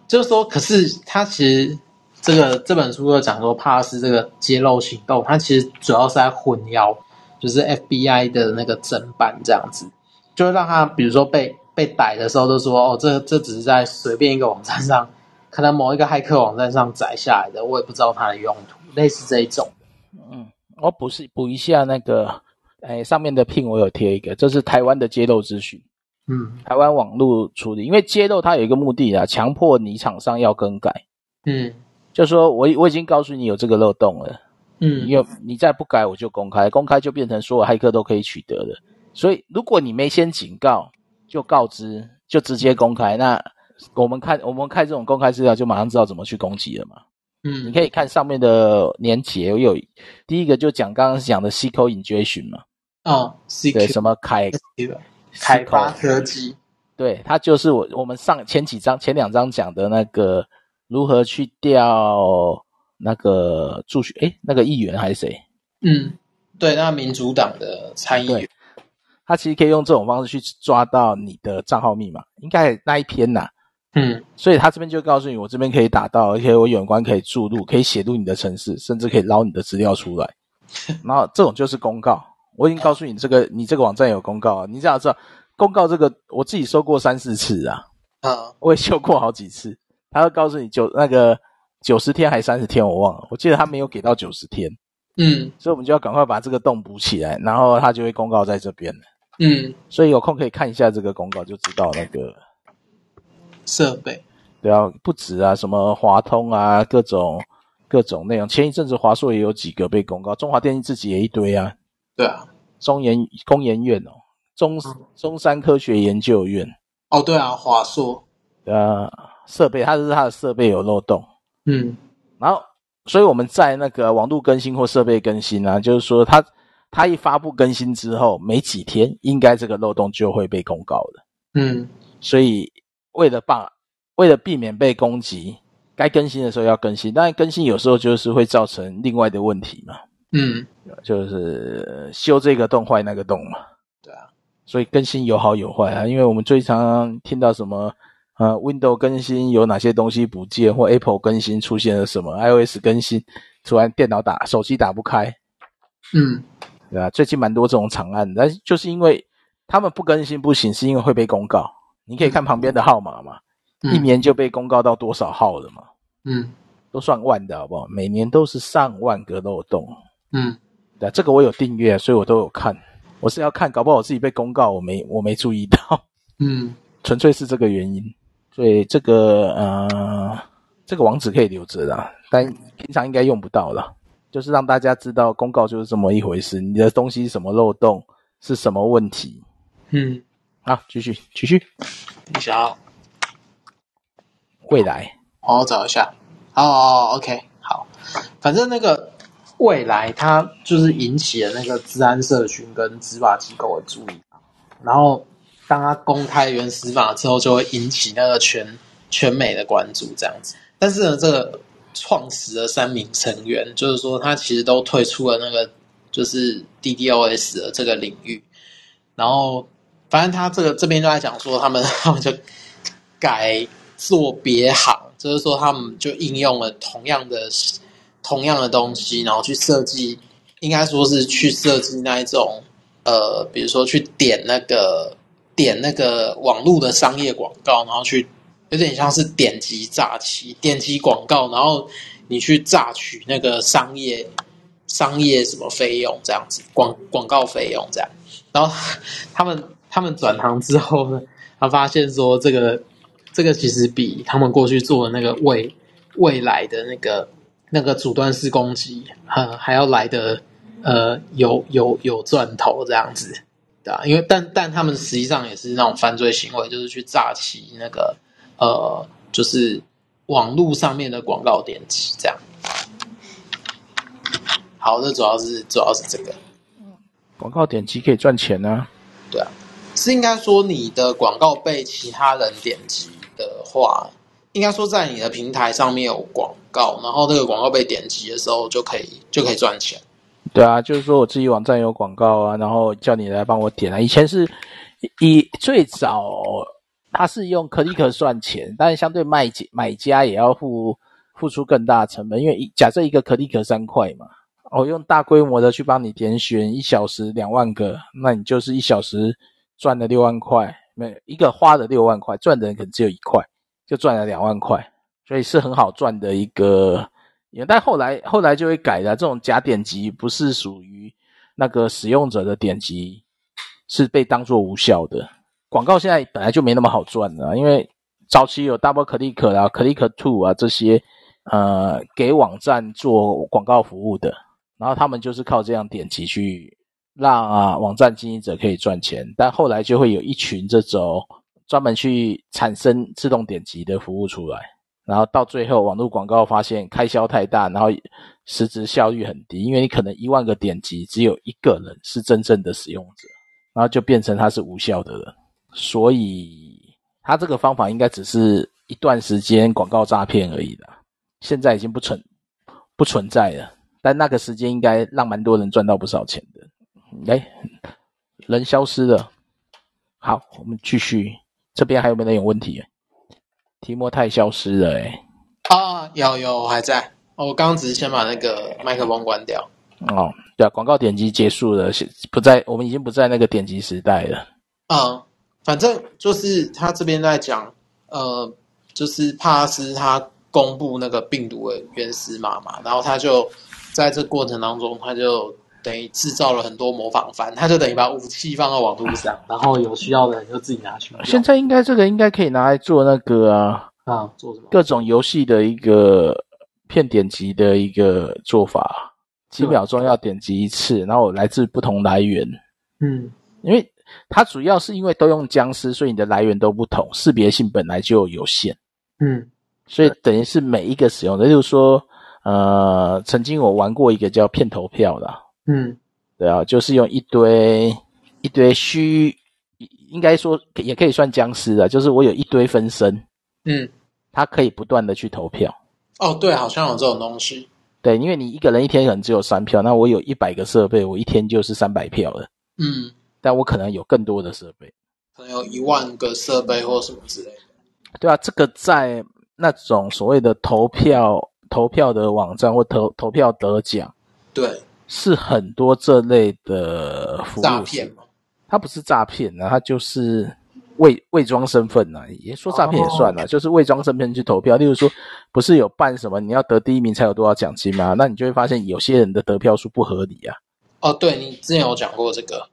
[SPEAKER 3] 就是说，可是他其实这个这本书就讲说，帕拉斯这个揭露行动，他其实主要是在混淆，就是 FBI 的那个侦办这样子，就会让他比如说被被逮的时候都说哦，这这只是在随便一个网站上，可能某一个骇客网站上载下来的，我也不知道它的用途，类似这一种。
[SPEAKER 1] 我补哦是补一下那个，哎，上面的聘我有贴一个，这是台湾的揭露资讯，
[SPEAKER 3] 嗯
[SPEAKER 1] 台湾网络处理，因为揭露它有一个目的啊，强迫你厂商要更改，
[SPEAKER 3] 嗯
[SPEAKER 1] 就说我我已经告诉你有这个漏洞了，你
[SPEAKER 3] 嗯
[SPEAKER 1] 有你再不改我就公开，公开就变成所有骇客都可以取得了，所以如果你没先警告，就告知，就直接公开，那我们看我们看这种公开资料就马上知道怎么去攻击了嘛。你
[SPEAKER 3] 嗯
[SPEAKER 1] 可以看上面的连结，我有第一个就讲刚刚讲的 C 口 injection 嘛，
[SPEAKER 3] 哦
[SPEAKER 1] 对，
[SPEAKER 3] ，CQ
[SPEAKER 1] 什么凯
[SPEAKER 3] 的开发
[SPEAKER 1] C 口
[SPEAKER 3] 科技，
[SPEAKER 1] 对，它就是我我们上前几章前两章讲的那个如何去调那个助学，诶，那个议员还是谁？
[SPEAKER 3] 嗯，对，那民主党的参议员
[SPEAKER 1] 对，他其实可以用这种方式去抓到你的账号密码，应该那一篇呐、
[SPEAKER 3] 嗯
[SPEAKER 1] 所以他这边就告诉你，我这边可以打到，而且我远观可以注入，可以写入你的城市，甚至可以捞你的资料 出来。然后这种就是公告，我已经告诉你这个，你这个网站有公告啊，你只要知道公告这个，我自己收过三四次啊，
[SPEAKER 3] 啊，
[SPEAKER 1] 我也修过好几次。他会告诉你九那个九十天还三十天，我忘了，我记得他没有给到九十天，
[SPEAKER 3] 嗯
[SPEAKER 1] 所以我们就要赶快把这个洞补起来，然后他就会公告在这边了。
[SPEAKER 3] 嗯，
[SPEAKER 1] 所以有空可以看一下这个公告，就知道那个
[SPEAKER 3] 设备，
[SPEAKER 1] 对啊，不止啊，什么华通啊，各种各种内容。前一阵子华硕也有几个被公告，中华电信自己也一堆啊，
[SPEAKER 3] 对啊，
[SPEAKER 1] 中研工研院哦，中中山科学研究院，
[SPEAKER 3] 哦对啊，华硕，
[SPEAKER 1] 呃，设备它是它的设备有漏洞，
[SPEAKER 3] 嗯
[SPEAKER 1] 然后所以我们在那个网络更新或设备更新啊，就是说它它一发布更新之后没几天，应该这个漏洞就会被公告的。
[SPEAKER 3] 嗯
[SPEAKER 1] 所以为了把为了避免被攻击，该更新的时候要更新。当然，更新有时候就是会造成另外的问题嘛，
[SPEAKER 3] 嗯，
[SPEAKER 1] 就是呃修这个洞坏那个洞嘛。
[SPEAKER 3] 对啊，
[SPEAKER 1] 所以更新有好有坏啊，因为我们最常听到什么呃，Windows 更新有哪些东西不见，或 Apple 更新出现了什么，iOS 更新突然电脑打手机打不开，
[SPEAKER 3] 嗯，
[SPEAKER 1] 对吧？最近蛮多这种惨案的，但是就是因为他们不更新不行，是因为会被公告。你可以看旁边的号码嘛，一
[SPEAKER 3] 嗯
[SPEAKER 1] 年就被公告到多少号了嘛，
[SPEAKER 3] 嗯
[SPEAKER 1] 都算万的好不好？每年都是上万个漏洞，
[SPEAKER 3] 嗯
[SPEAKER 1] 对啊，这个我有订阅，所以我都有看。我是要看，搞不好我自己被公告，我没我没注意到，
[SPEAKER 3] 嗯，
[SPEAKER 1] 纯粹是这个原因。所以这个呃，这个网址可以留着啦，但平常应该用不到啦。就是让大家知道公告就是这么一回事，你的东西什么漏洞是什么问题。
[SPEAKER 3] 嗯，
[SPEAKER 1] 好，继续继续，
[SPEAKER 3] 你想要，
[SPEAKER 1] 未来
[SPEAKER 3] 好我找一下。哦哦哦，OK，好，反正那个未来它就是引起了那个治安社群跟执法机构的注意，然后当它公开原始法之后，就会引起那个全全美的关注这样子。但是呢，这个创始的三名成员，就是说他其实都退出了那个就是 DDoS 的这个领域，然后反正他这个这边就在讲说他们他们就改做别行，就是说他们就应用了同样的同样的东西，然后去设计，应该说是去设计那一种呃，比如说去点那个点那个网络的商业广告，然后去有点像是点击诈欺，点击广告，然后你去榨取那个商业商业什么费用这样子，广广告费用这样。然后他们他们转行之后呢，他发现说这个这个其实比他们过去做的那个未未来的那个那个阻断式攻击，呃，还要来的呃有有有赚头这样子，对啊，因为但但他们实际上也是那种犯罪行为，就是去诈欺那个呃，就是网络上面的广告点击这样。好，这主要是主要是这个。
[SPEAKER 1] 广告点击可以赚钱啊，
[SPEAKER 3] 对啊，是应该说你的广告被其他人点击的话，应该说在你的平台上面有广告，然后那个广告被点击的时候就可以就可以赚钱。
[SPEAKER 1] 对啊，就是说我自己网站有广告啊，然后叫你来帮我点啊。以前是以最早它是用 click 算钱，但是相对卖家买家也要付付出更大的成本，因为一假设一个 click 三块嘛，我用大规模的去帮你点选，一小时两万个，那你就是一小时赚了六万块，没一个花了六万块，赚的人可能只有一块，就赚了两万块，所以是很好赚的一个也但后来后来就会改了，这种假点击不是属于那个使用者的点击，是被当做无效的。广告现在本来就没那么好赚的啊、因为早期有 Double Click 啦、Click Two 啊这些呃给网站做广告服务的，然后他们就是靠这样点击去让啊网站经营者可以赚钱，但后来就会有一群这种专门去产生自动点击的服务出来。然后到最后网络广告发现开销太大，然后实质效率很低，因为你可能一万个点击只有一个人是真正的使用者，然后就变成他是无效的人，所以他这个方法应该只是一段时间广告诈骗而已啦，现在已经不存不存在了，但那个时间应该让蛮多人赚到不少钱的。哎，人消失了，好，我们继续，这边还有没有人有问题？提莫太消失了、欸，
[SPEAKER 3] 啊，有有，我还在。哦我刚刚只是先把那个麦克风关掉。
[SPEAKER 1] 哦，对啊，广告点击结束了，现不在，我们已经不在那个点击时代了。
[SPEAKER 3] 嗯，反正就是他这边在讲，呃，就是帕斯他公布那个病毒的原始码嘛，然后他就在这过程当中，他就等于制造了很多模仿犯，他就等于把武器放到网络上，然后有需要的人就自己拿去用。
[SPEAKER 1] 现在应该这个应该可以拿来做那个啊，
[SPEAKER 3] 啊，做什么？
[SPEAKER 1] 各种游戏的一个骗点击的一个做法，几秒钟要点击一次，然后来自不同来源，
[SPEAKER 3] 嗯
[SPEAKER 1] 因为它主要是因为都用僵尸，所以你的来源都不同，识别性本来就有限。
[SPEAKER 3] 嗯
[SPEAKER 1] 所以等于是每一个使用者，例如说，呃，曾经我玩过一个叫骗投票的啊，
[SPEAKER 3] 嗯
[SPEAKER 1] 对啊，就是用一堆一堆虚，应该说也可以算僵尸的，就是我有一堆分身，
[SPEAKER 3] 嗯，
[SPEAKER 1] 它可以不断的去投票。
[SPEAKER 3] 哦，对，好像有这种东西。
[SPEAKER 1] 对，因为你一个人一天可能只有三票，那我有一百个设备，我一天就是三百票了。
[SPEAKER 3] 嗯
[SPEAKER 1] 但我可能有更多的设备。
[SPEAKER 3] 可能有一万个设备或什么之类的。
[SPEAKER 1] 对啊，这个在那种所谓的投票投票的网站或投投票得奖，
[SPEAKER 3] 对，
[SPEAKER 1] 是很多这类的服务
[SPEAKER 3] 诈骗嘛，
[SPEAKER 1] 它不是诈骗啊，它就是伪伪装身份呐、啊，也说诈骗也算了、就是伪装身份去投票。例如说，不是有办什么你要得第一名才有多少奖金吗？那你就会发现有些人的得票数不合理啊，
[SPEAKER 3] 哦，对你之前有讲过这个，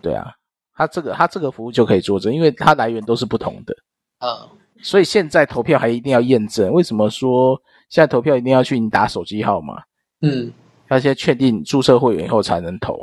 [SPEAKER 1] 对啊，它这个它这个服务就可以作证，因为它来源都是不同的，
[SPEAKER 3] 嗯，
[SPEAKER 1] 所以现在投票还一定要验证。为什么说现在投票一定要去你打手机号码？
[SPEAKER 3] 嗯
[SPEAKER 1] 要先确定注册会员以后才能投，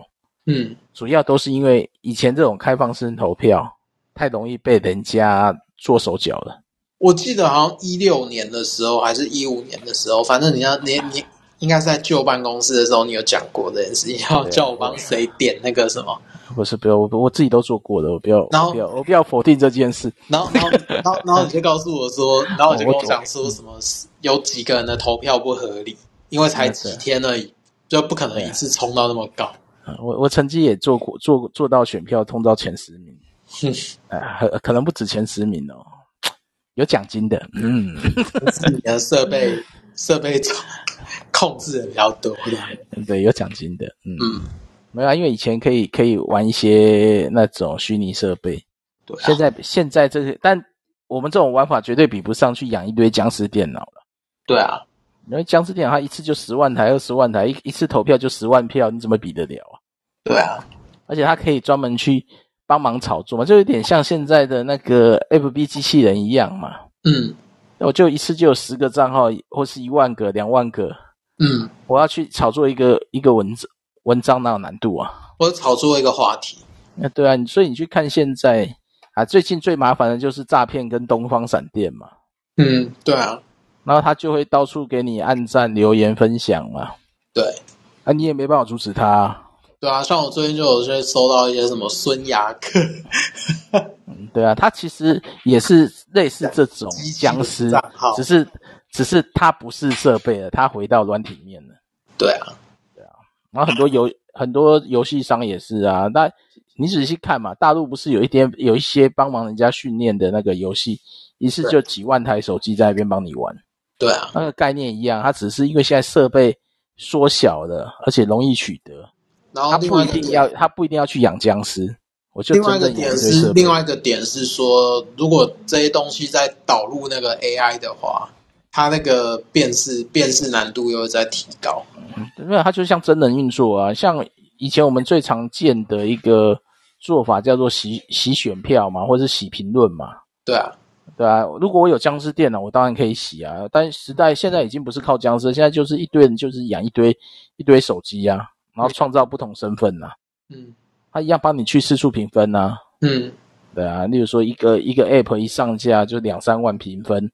[SPEAKER 3] 嗯，
[SPEAKER 1] 主要都是因为以前这种开放式投票太容易被人家做手脚了。
[SPEAKER 3] 我记得好像一六年的时候还是一五年的时候，反正你要你你应该是在旧办公室的时候，你有讲过这件事情，要
[SPEAKER 1] 对
[SPEAKER 3] 叫我帮谁点那个什么，
[SPEAKER 1] 不是不要，我我自己都做过的，我不要，
[SPEAKER 3] 然后
[SPEAKER 1] 我不要，我不要否定这件事。
[SPEAKER 3] 然后然后然后然后你就告诉我 说，然后我就
[SPEAKER 1] 哦我
[SPEAKER 3] 跟我讲说什么有几个人的投票不合理，因为才几天而已，就不可能一次冲到那么高，
[SPEAKER 1] 啊我我曾经也做过，做做到选票通到前十名，
[SPEAKER 3] 哼，
[SPEAKER 1] 啊，可可能不止前十名哦，有奖金的。嗯，
[SPEAKER 3] 是你的设 备设备控制的比较多，
[SPEAKER 1] 对，有奖金的。嗯，
[SPEAKER 3] 嗯，
[SPEAKER 1] 没有啊，因为以前可以可以玩一些那种虚拟设备，
[SPEAKER 3] 对啊，
[SPEAKER 1] 现在现在这些，但我们这种玩法绝对比不上去养一堆僵尸电脑了。
[SPEAKER 3] 对啊，
[SPEAKER 1] 因为僵尸电脑它一次就十万台、二十万台，一一次投票就十万票，你怎么比得了啊？
[SPEAKER 3] 对啊，
[SPEAKER 1] 而且它可以专门去帮忙炒作嘛，就有点像现在的那个 FB 机器人一样嘛。
[SPEAKER 3] 嗯
[SPEAKER 1] 那我就一次就有十个账号，或是一万个、两万个，
[SPEAKER 3] 嗯，
[SPEAKER 1] 我要去炒作一个一个文字文章，哪有难度啊？
[SPEAKER 3] 我炒作一个话题，
[SPEAKER 1] 那对啊，你所以你去看现在啊，最近最麻烦的就是诈骗跟东方闪电嘛，
[SPEAKER 3] 嗯，对啊，
[SPEAKER 1] 然后他就会到处给你按赞、留言、分享嘛，
[SPEAKER 3] 对。
[SPEAKER 1] 啊，你也没办法阻止他啊、
[SPEAKER 3] 对啊，像我最近就有些收到一些什么孙牙克
[SPEAKER 1] 对啊，它其实也是类似这种
[SPEAKER 3] 机器的
[SPEAKER 1] 僵尸
[SPEAKER 3] 账号，
[SPEAKER 1] 只是只是它不是设备了，它回到软体面了。
[SPEAKER 3] 对啊，
[SPEAKER 1] 然后很多游很多游戏商也是啊，那你仔细看嘛，大陆不是有一点有一些帮忙人家训练的那个游戏，一次就几万台手机在那边帮你玩，
[SPEAKER 3] 对啊，
[SPEAKER 1] 那个概念一样，它只是因为现在设备缩小了，而且容易取得，
[SPEAKER 3] 然后
[SPEAKER 1] 它
[SPEAKER 3] 另
[SPEAKER 1] 不
[SPEAKER 3] 外
[SPEAKER 1] 一
[SPEAKER 3] 个
[SPEAKER 1] 定
[SPEAKER 3] 点
[SPEAKER 1] 要它不一定要去养僵尸，我就
[SPEAKER 3] 另外一
[SPEAKER 1] 真
[SPEAKER 3] 个
[SPEAKER 1] 正养
[SPEAKER 3] 点
[SPEAKER 1] 一堆设
[SPEAKER 3] 是
[SPEAKER 1] 备
[SPEAKER 3] 另。外一个点是说，如果这些东西在导入那个 AI 的话，它那个辨识辨识难度又在提高。
[SPEAKER 1] 没有，它就像真人运作啊，像以前我们最常见的一个做法叫做洗洗选票嘛，或者是洗评论嘛，
[SPEAKER 3] 对啊，
[SPEAKER 1] 对啊，如果我有僵尸电脑，我当然可以洗啊。但时代现在已经不是靠僵尸，现在就是一堆人就是养一堆一堆手机啊，然后创造不同身份呐、啊，
[SPEAKER 3] 嗯
[SPEAKER 1] 他一样帮你去四处评分呐、啊。
[SPEAKER 3] 嗯，
[SPEAKER 1] 对啊，例如说一个一个 app 一上架就两三万评分，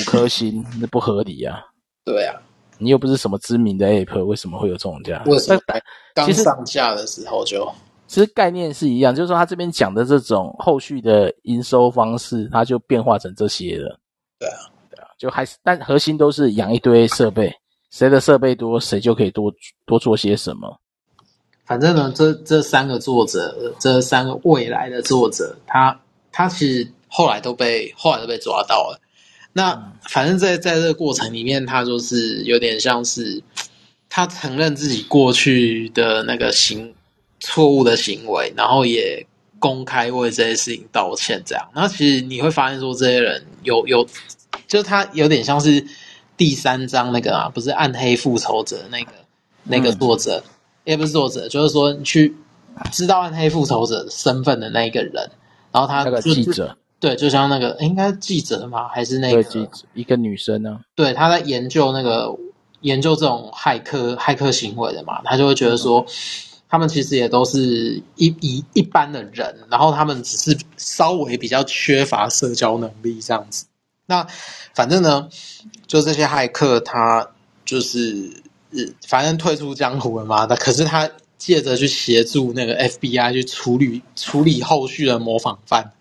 [SPEAKER 1] 五颗星，那不合理啊！
[SPEAKER 3] 对啊，
[SPEAKER 1] 你又不是什么知名的 app，为什么会有这种价？
[SPEAKER 3] 为什么
[SPEAKER 1] 但
[SPEAKER 3] 刚
[SPEAKER 1] 其实
[SPEAKER 3] 上架的时候就
[SPEAKER 1] 其实概念是一样，就是说他这边讲的这种后续的营收方式，它就变化成这些了。
[SPEAKER 3] 对
[SPEAKER 1] 啊，对啊，就还是，但核心都是养一堆设备，谁的设备多，谁就可以多多做些什么。
[SPEAKER 3] 反正呢，这这三个作者，这三个未来的作者，他他其实后来都被后来都被抓到了。
[SPEAKER 1] 嗯
[SPEAKER 3] 那反正在在这个过程里面，他就是有点像是他承认自己过去的那个行错误的行为，然后也公开为这些事情道歉，这样。那其实你会发现说，这些人有有，就是他有点像是第三章那个啊，不是暗黑复仇者那个那个
[SPEAKER 1] 嗯
[SPEAKER 3] 作者，也不是作者，就是说你去知道暗黑复仇者身份的那一个人，然后他
[SPEAKER 1] 那个
[SPEAKER 3] 就
[SPEAKER 1] 记，者，
[SPEAKER 3] 对，就像那个诶应该是记者吗？还是那
[SPEAKER 1] 对
[SPEAKER 3] 个
[SPEAKER 1] 记者，一个女生啊呢、
[SPEAKER 3] 对，他在研究那个研究这种骇客骇客行为的嘛，他就会觉得说，他们其实也都是一一一般的人，然后他们只是稍微比较缺乏社交能力这样子。那反正呢，就这些骇客他就是呃反正退出江湖了嘛，那可是他借着去协助那个 FBI 去处理处理后续的模仿犯，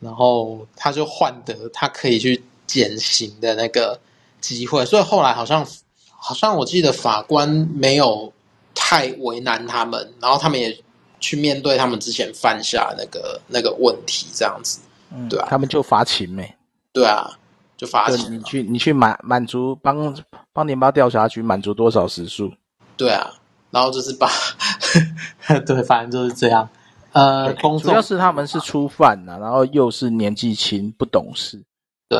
[SPEAKER 3] 然后他就换得他可以去减刑的那个机会，所以后来好像好像我记得法官没有太为难他们，然后他们也去面对他们之前犯下那个那个问题，这样子，
[SPEAKER 1] 嗯
[SPEAKER 3] 对啊
[SPEAKER 1] 他们就罚勤呗，
[SPEAKER 3] 对啊，就罚
[SPEAKER 1] 就
[SPEAKER 3] 钱
[SPEAKER 1] 你
[SPEAKER 3] 嘛，
[SPEAKER 1] 去你去满满足帮帮联邦调查局满足多少时数，
[SPEAKER 3] 对啊，然后就是把， 对，反正就是这样，呃，公
[SPEAKER 1] 主
[SPEAKER 3] 众
[SPEAKER 1] 要是他们是初犯啊呐、然后又是年纪轻不懂事，
[SPEAKER 3] 对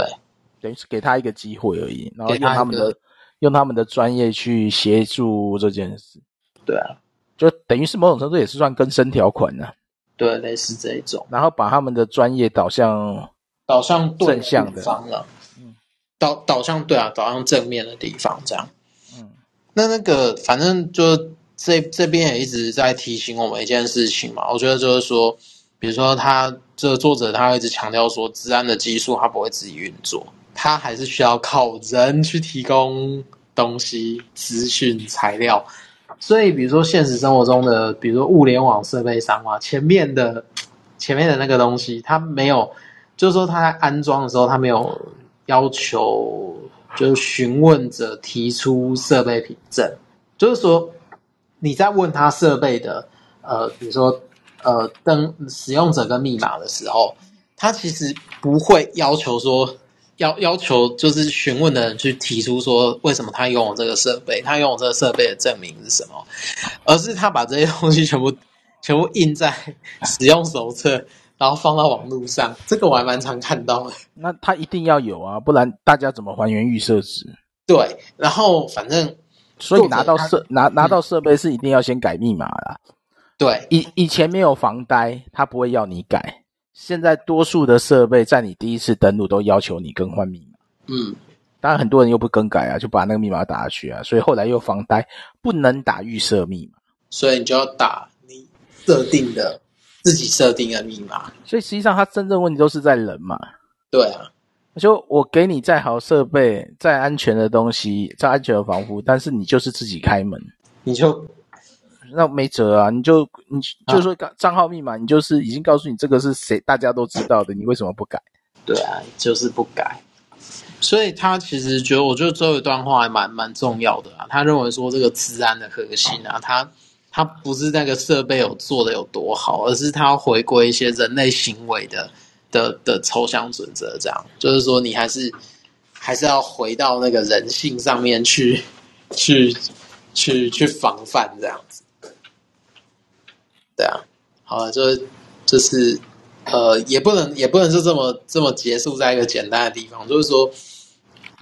[SPEAKER 1] 等于是给他一个机会而已，然后
[SPEAKER 3] 给
[SPEAKER 1] 用
[SPEAKER 3] 他一
[SPEAKER 1] 他们
[SPEAKER 3] 个
[SPEAKER 1] 的用他们的专业去协助这件事，
[SPEAKER 3] 对啊，
[SPEAKER 1] 就等于是某种程度也是算更生条款呢、
[SPEAKER 3] 对，类似这一种
[SPEAKER 1] 然后把他们的专业导向
[SPEAKER 3] 导向对
[SPEAKER 1] 正向的
[SPEAKER 3] 地方了
[SPEAKER 1] 嗯，
[SPEAKER 3] 导导向对啊，导向正面的地方这样。
[SPEAKER 1] 嗯
[SPEAKER 3] 那那个反正就这这边也一直在提醒我们一件事情嘛，我觉得就是说，比如说他这个作者他一直强调说，治安的技术它不会自己运作，它还是需要靠人去提供东西、资讯、材料。所以，比如说现实生活中的，比如说物联网设备商啊，前面的前面的那个东西，它没有，就是说它在安装的时候，它没有要求，就是询问者提出设备凭证，就是说你在问他设备的，呃，比如说呃登使用者跟密码的时候，他其实不会要求说。要要求就是询问的人去提出说为什么他拥有这个设备，他拥有这个设备的证明是什么，而是他把这些东西全部 全部印在使用手册，然后放到网络上。这个我还蛮常看到的。
[SPEAKER 1] 那他一定要有啊，不然大家怎么还原预设值？
[SPEAKER 3] 对，然后反正
[SPEAKER 1] 所以拿到
[SPEAKER 3] 作者嗯
[SPEAKER 1] 设拿拿到设备是一定要先改密码啦。
[SPEAKER 3] 对
[SPEAKER 1] 以以前没有防呆，他不会要你改。现在多数的设备在你第一次登录都要求你更换密码，
[SPEAKER 3] 嗯，
[SPEAKER 1] 当然很多人又不更改啊，就把那个密码打下去啊，所以后来又防呆，不能打预设密码。
[SPEAKER 3] 所以你就要打你设定的自己设定的密码。
[SPEAKER 1] 所以实际上，他真正问题都是在人嘛。
[SPEAKER 3] 对啊，
[SPEAKER 1] 就我给你再好设备、再安全的东西、再安全的防护，但是你就是自己开门，
[SPEAKER 3] 你就
[SPEAKER 1] 那没辙啊！你就你就说账号密码，你就是已经告诉你这个是谁，大家都知道的，你为什么不改？
[SPEAKER 3] 对啊，就是不改。所以他其实觉得，我觉得最后一段话还蛮蛮重要的啊。他认为说这个治安的核心啊，他他不是那个设备有做的有多好，而是他要回归一些人类行为的的的抽象准则，这样就是说你还是还是要回到那个人性上面去去去去防范这样子。对啊，好了，就是就是呃，也不能也不能就这么这么结束在一个简单的地方，就是说，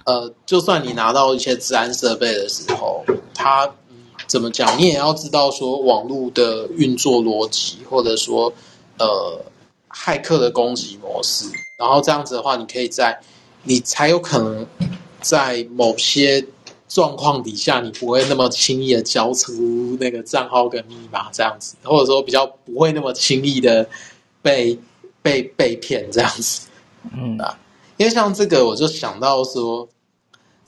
[SPEAKER 3] 呃，就算你拿到一些治安设备的时候，它嗯怎么讲，你也要知道说网络的运作逻辑，或者说呃骇客的攻击模式，然后这样子的话，你可以在你才有可能在某些状况底下，你不会那么轻易的交出那个账号跟密码这样子，或者说比较不会那么轻易的被被被骗这样子。
[SPEAKER 1] 嗯，
[SPEAKER 3] 因为像这个，我就想到说，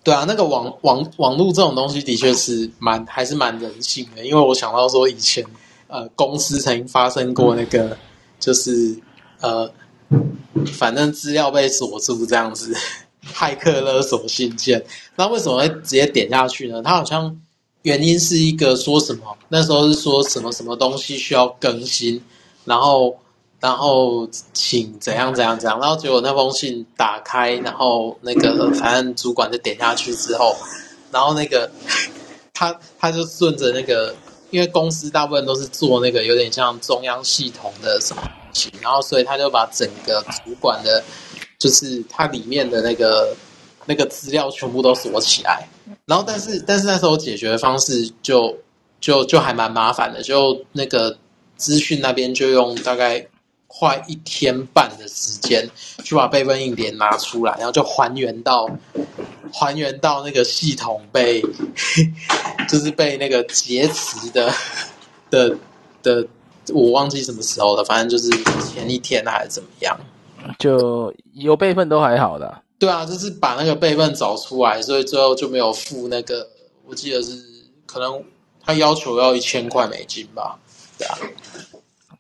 [SPEAKER 3] 对啊，那个网网网络这种东西的确是蛮还是蛮人性的，因为我想到说以前呃公司曾经发生过那个就是呃反正资料被锁住这样子， 骇客勒索信件，那为什么会直接点下去呢？它好像原因是一个说什么那时候是说什么什么东西需要更新，然后。然后请怎样怎样怎样，然后结果那封信打开，然后那个反正主管就点下去之后，然后那个 他他就顺着那个，因为公司大部分都是做那个有点像中央系统的什么东西，然后所以他就把整个主管的，就是它里面的那个那个资料全部都锁起来，然后但是但是那时候解决的方式就就就还蛮麻烦的，就那个资讯那边就用大概快一天半的时间去把备份硬碟拿出来，然后就还原到还原到那个系统被 就是被那个劫持的的的，我忘记什么时候了，反正就是前一天啊还是怎么样。
[SPEAKER 1] 就有备份都还好啦。
[SPEAKER 3] 对啊，就是把那个备份找出来，所以最后就没有付那个，我记得是可能他要求要一千块美金吧。对啊，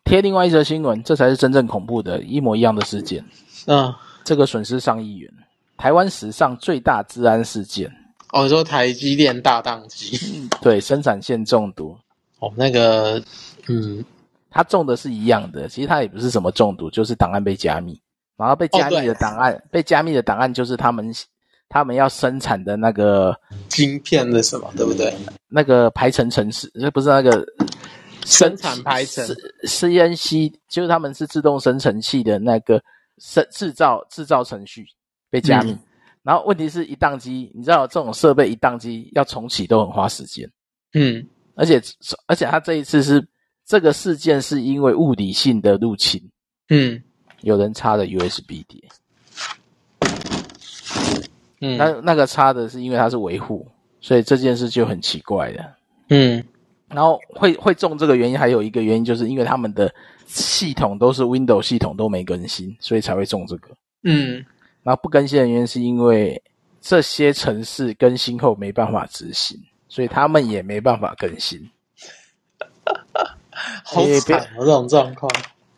[SPEAKER 1] 贴另外一则新闻，这才是真正恐怖的，一模一样的事件，
[SPEAKER 3] 嗯，
[SPEAKER 1] 这个损失上亿元，台湾史上最大治安事件，
[SPEAKER 3] 哦，你说台积电大宕机，
[SPEAKER 1] 对生产线中毒，
[SPEAKER 3] 哦，那个，嗯，
[SPEAKER 1] 他中的是一样的，其实他也不是什么中毒，就是档案被加密，然后被加密的档
[SPEAKER 3] 哦
[SPEAKER 1] 案，被加密的档案就是他们他们要生产的那个
[SPEAKER 3] 晶片的什么，对不对？
[SPEAKER 1] 那个排程程式，这不是那个
[SPEAKER 3] 生产排程
[SPEAKER 1] CNC，就是他们是自动生成器的那个生制造制造程序被加密，
[SPEAKER 3] 嗯
[SPEAKER 1] 然后问题是一宕机，你知道这种设备一宕机要重启都很花时间。
[SPEAKER 3] 嗯
[SPEAKER 1] 而且而且他这一次是这个事件是因为物理性的入侵，
[SPEAKER 3] 嗯
[SPEAKER 1] 有人插了 USB 碟，那
[SPEAKER 3] 嗯
[SPEAKER 1] 那个插的是因为它是维护，所以这件事就很奇怪的。
[SPEAKER 3] 嗯
[SPEAKER 1] 然后会会中这个原因，还有一个原因就是因为他们的系统都是 Windows 系统都没更新，所以才会中这个。
[SPEAKER 3] 嗯
[SPEAKER 1] 然后不更新的原因是因为这些城市更新后没办法执行，所以他们也没办法更新。
[SPEAKER 3] 好惨哦，这种状况。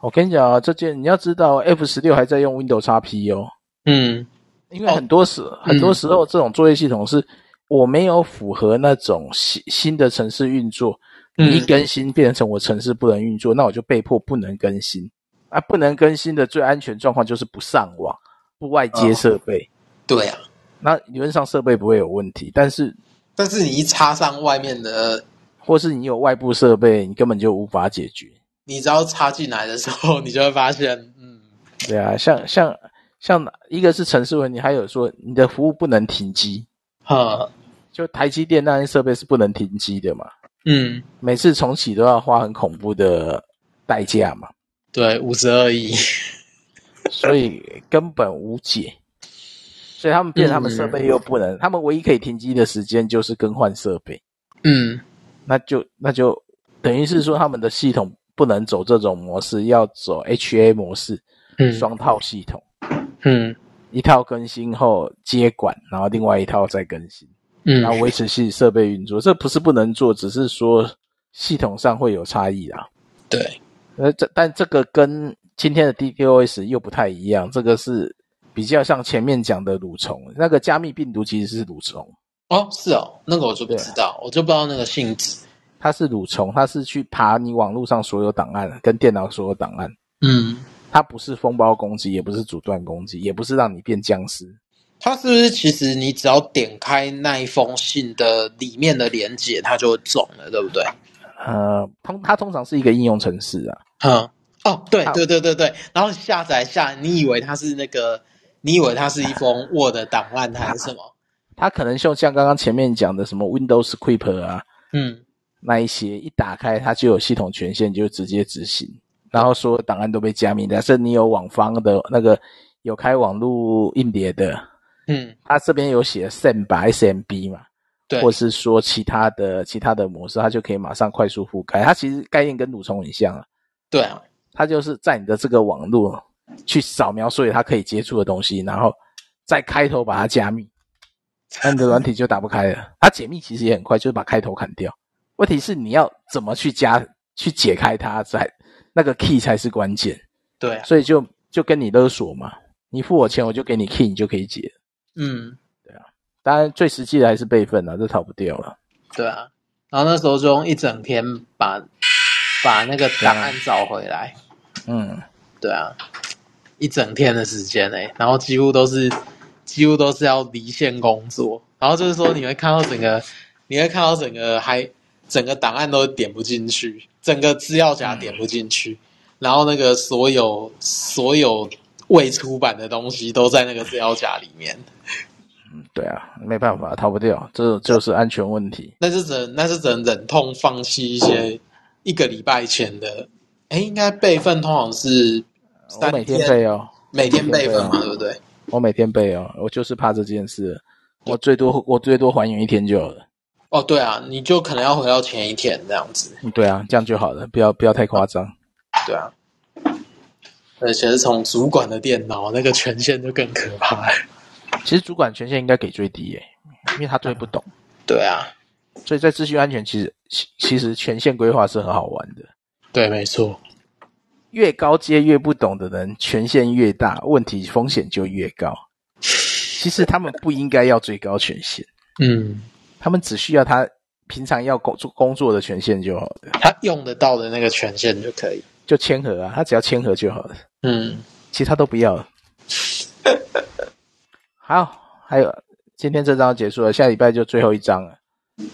[SPEAKER 1] 我跟你讲啊，这件你要知道，F 十六还在用 Windows XP 哦。
[SPEAKER 3] 嗯
[SPEAKER 1] 因为很多时、很多时候这种作业系统是我没有符合那种新新的城市运作，
[SPEAKER 3] 嗯
[SPEAKER 1] 一更新变成我城市不能运作，那我就被迫不能更新。啊，不能更新的最安全状况就是不上网、不外接设备。
[SPEAKER 3] 对啊，
[SPEAKER 1] 那理论上设备不会有问题，但是
[SPEAKER 3] 但是你一插上外面的，
[SPEAKER 1] 或是你有外部设备，你根本就无法解决。
[SPEAKER 3] 你只要插进来的时候，你就会发现，嗯，
[SPEAKER 1] 对啊，像像像一个是城市问题，还有说你的服务不能停机，
[SPEAKER 3] 哈，
[SPEAKER 1] 就台积电那些设备是不能停机的嘛。
[SPEAKER 3] 嗯，
[SPEAKER 1] 每次重启都要花很恐怖的代价 嘛，
[SPEAKER 3] 对，五十二亿，
[SPEAKER 1] 所以根本无解。所以他们变，他们设备又不能，他们唯一可以停机的时间就是更换设备，
[SPEAKER 3] 嗯
[SPEAKER 1] 那就那就等于是说他们的系统不能走这种模式，要走 HA 模式，
[SPEAKER 3] 嗯
[SPEAKER 1] 双套系统，
[SPEAKER 3] 嗯
[SPEAKER 1] 一套更新后接管，然后另外一套再更新，
[SPEAKER 3] 嗯
[SPEAKER 1] 然后维持系设备运作。这不是不能做，只是说系统上会有差异啦。
[SPEAKER 3] 对，
[SPEAKER 1] 呃，这但这个跟今天的 DDoS 又不太一样，这个是比较像前面讲的蠕虫，那个加密病毒其实是蠕虫，
[SPEAKER 3] 哦，是哦，那个我就不知
[SPEAKER 1] 啊
[SPEAKER 3] 道，我就不知道那个性质，
[SPEAKER 1] 它是蠕虫，它是去爬你网络上所有档案跟电脑所有档案，
[SPEAKER 3] 嗯，
[SPEAKER 1] 它不是封包攻击，也不是阻断攻击，也不是让你变僵尸，
[SPEAKER 3] 它是不是其实你只要点开那一封信的里面的连接，它就会中了，对不对？
[SPEAKER 1] 呃，通它通常是一个应用程式啊，
[SPEAKER 3] 嗯，哦，对
[SPEAKER 1] 好
[SPEAKER 3] 对对对对，然后下载下，你以为它是那个，你以为它是一封 Word 档案还是什么？
[SPEAKER 1] 它可能就像刚刚前面讲的什么 Windows Script 啊，
[SPEAKER 3] 嗯，
[SPEAKER 1] 那一些一打开它就有系统权限，就直接执行，然后所有档案都被加密。假设你有网方的那个有开网络硬碟的，
[SPEAKER 3] 嗯，
[SPEAKER 1] 它这边有写 SAM 吧 SMB 嘛，
[SPEAKER 3] 对，
[SPEAKER 1] 或是说其他的其他的模式，它就可以马上快速覆盖。它其实概念跟蠕虫很像啊，
[SPEAKER 3] 对啊，
[SPEAKER 1] 它就是在你的这个网络去扫描所有它可以接触的东西，然后再开头把它加密，那你的软体就打不开了。它解密其实也很快，就是把开头砍掉。问题是你要怎么去加去解开它，才那个 key 才是关键。
[SPEAKER 3] 对啊，
[SPEAKER 1] 所以就就跟你勒索嘛，你付我钱，我就给你 key，你就可以解。
[SPEAKER 3] 嗯，
[SPEAKER 1] 当然最实际的还是备份了、这逃不掉了。
[SPEAKER 3] 对啊，然后那时候就用一整天把把那个档案找回来，
[SPEAKER 1] 嗯，
[SPEAKER 3] 对啊，一整天的时间诶、然后几乎都是几乎都是要离线工作，然后就是说你会看到整个，你会看到整个还整个档案都点不进去，整个资料夹点不进去，然后那个所有所有未出版的东西都在那个资料夹里面，
[SPEAKER 1] 对啊，没办法，逃不掉，这就是安全问题。
[SPEAKER 3] 那是只能那是只能忍痛放弃一些一个礼拜前的，哎，应该备份通常是
[SPEAKER 1] 我
[SPEAKER 3] 三
[SPEAKER 1] 每天备哦。
[SPEAKER 3] 每天备份
[SPEAKER 1] 每天
[SPEAKER 3] 嘛，
[SPEAKER 1] 备啊
[SPEAKER 3] 对不对？
[SPEAKER 1] 我每天背哦，我就是怕这件事。我最多我最多还原一天就好了。
[SPEAKER 3] 哦，对啊，你就可能要回到前一天这样子，
[SPEAKER 1] 嗯对啊，这样就好了，不要不要太夸张。
[SPEAKER 3] 对啊。而且是从主管的电脑，那个权限就更可怕。
[SPEAKER 1] 其实主管权限应该给最低耶、因为他最不 懂。
[SPEAKER 3] 对啊，
[SPEAKER 1] 所以在资讯安全其实其其实权限规划是很好玩的，
[SPEAKER 3] 对，没错，
[SPEAKER 1] 越高阶越不懂的人，权限越大，问题风险就越高。其实他们不应该要最高权限，
[SPEAKER 3] 嗯
[SPEAKER 1] 他们只需要他平常要工作工作的权限就好了，
[SPEAKER 3] 他用得到的那个权限就可以。
[SPEAKER 1] 就签合啊，他只要签合就好了，
[SPEAKER 3] 嗯，
[SPEAKER 1] 其他都不 要了。好，还有今天这章结束了，下礼拜就最后一章了。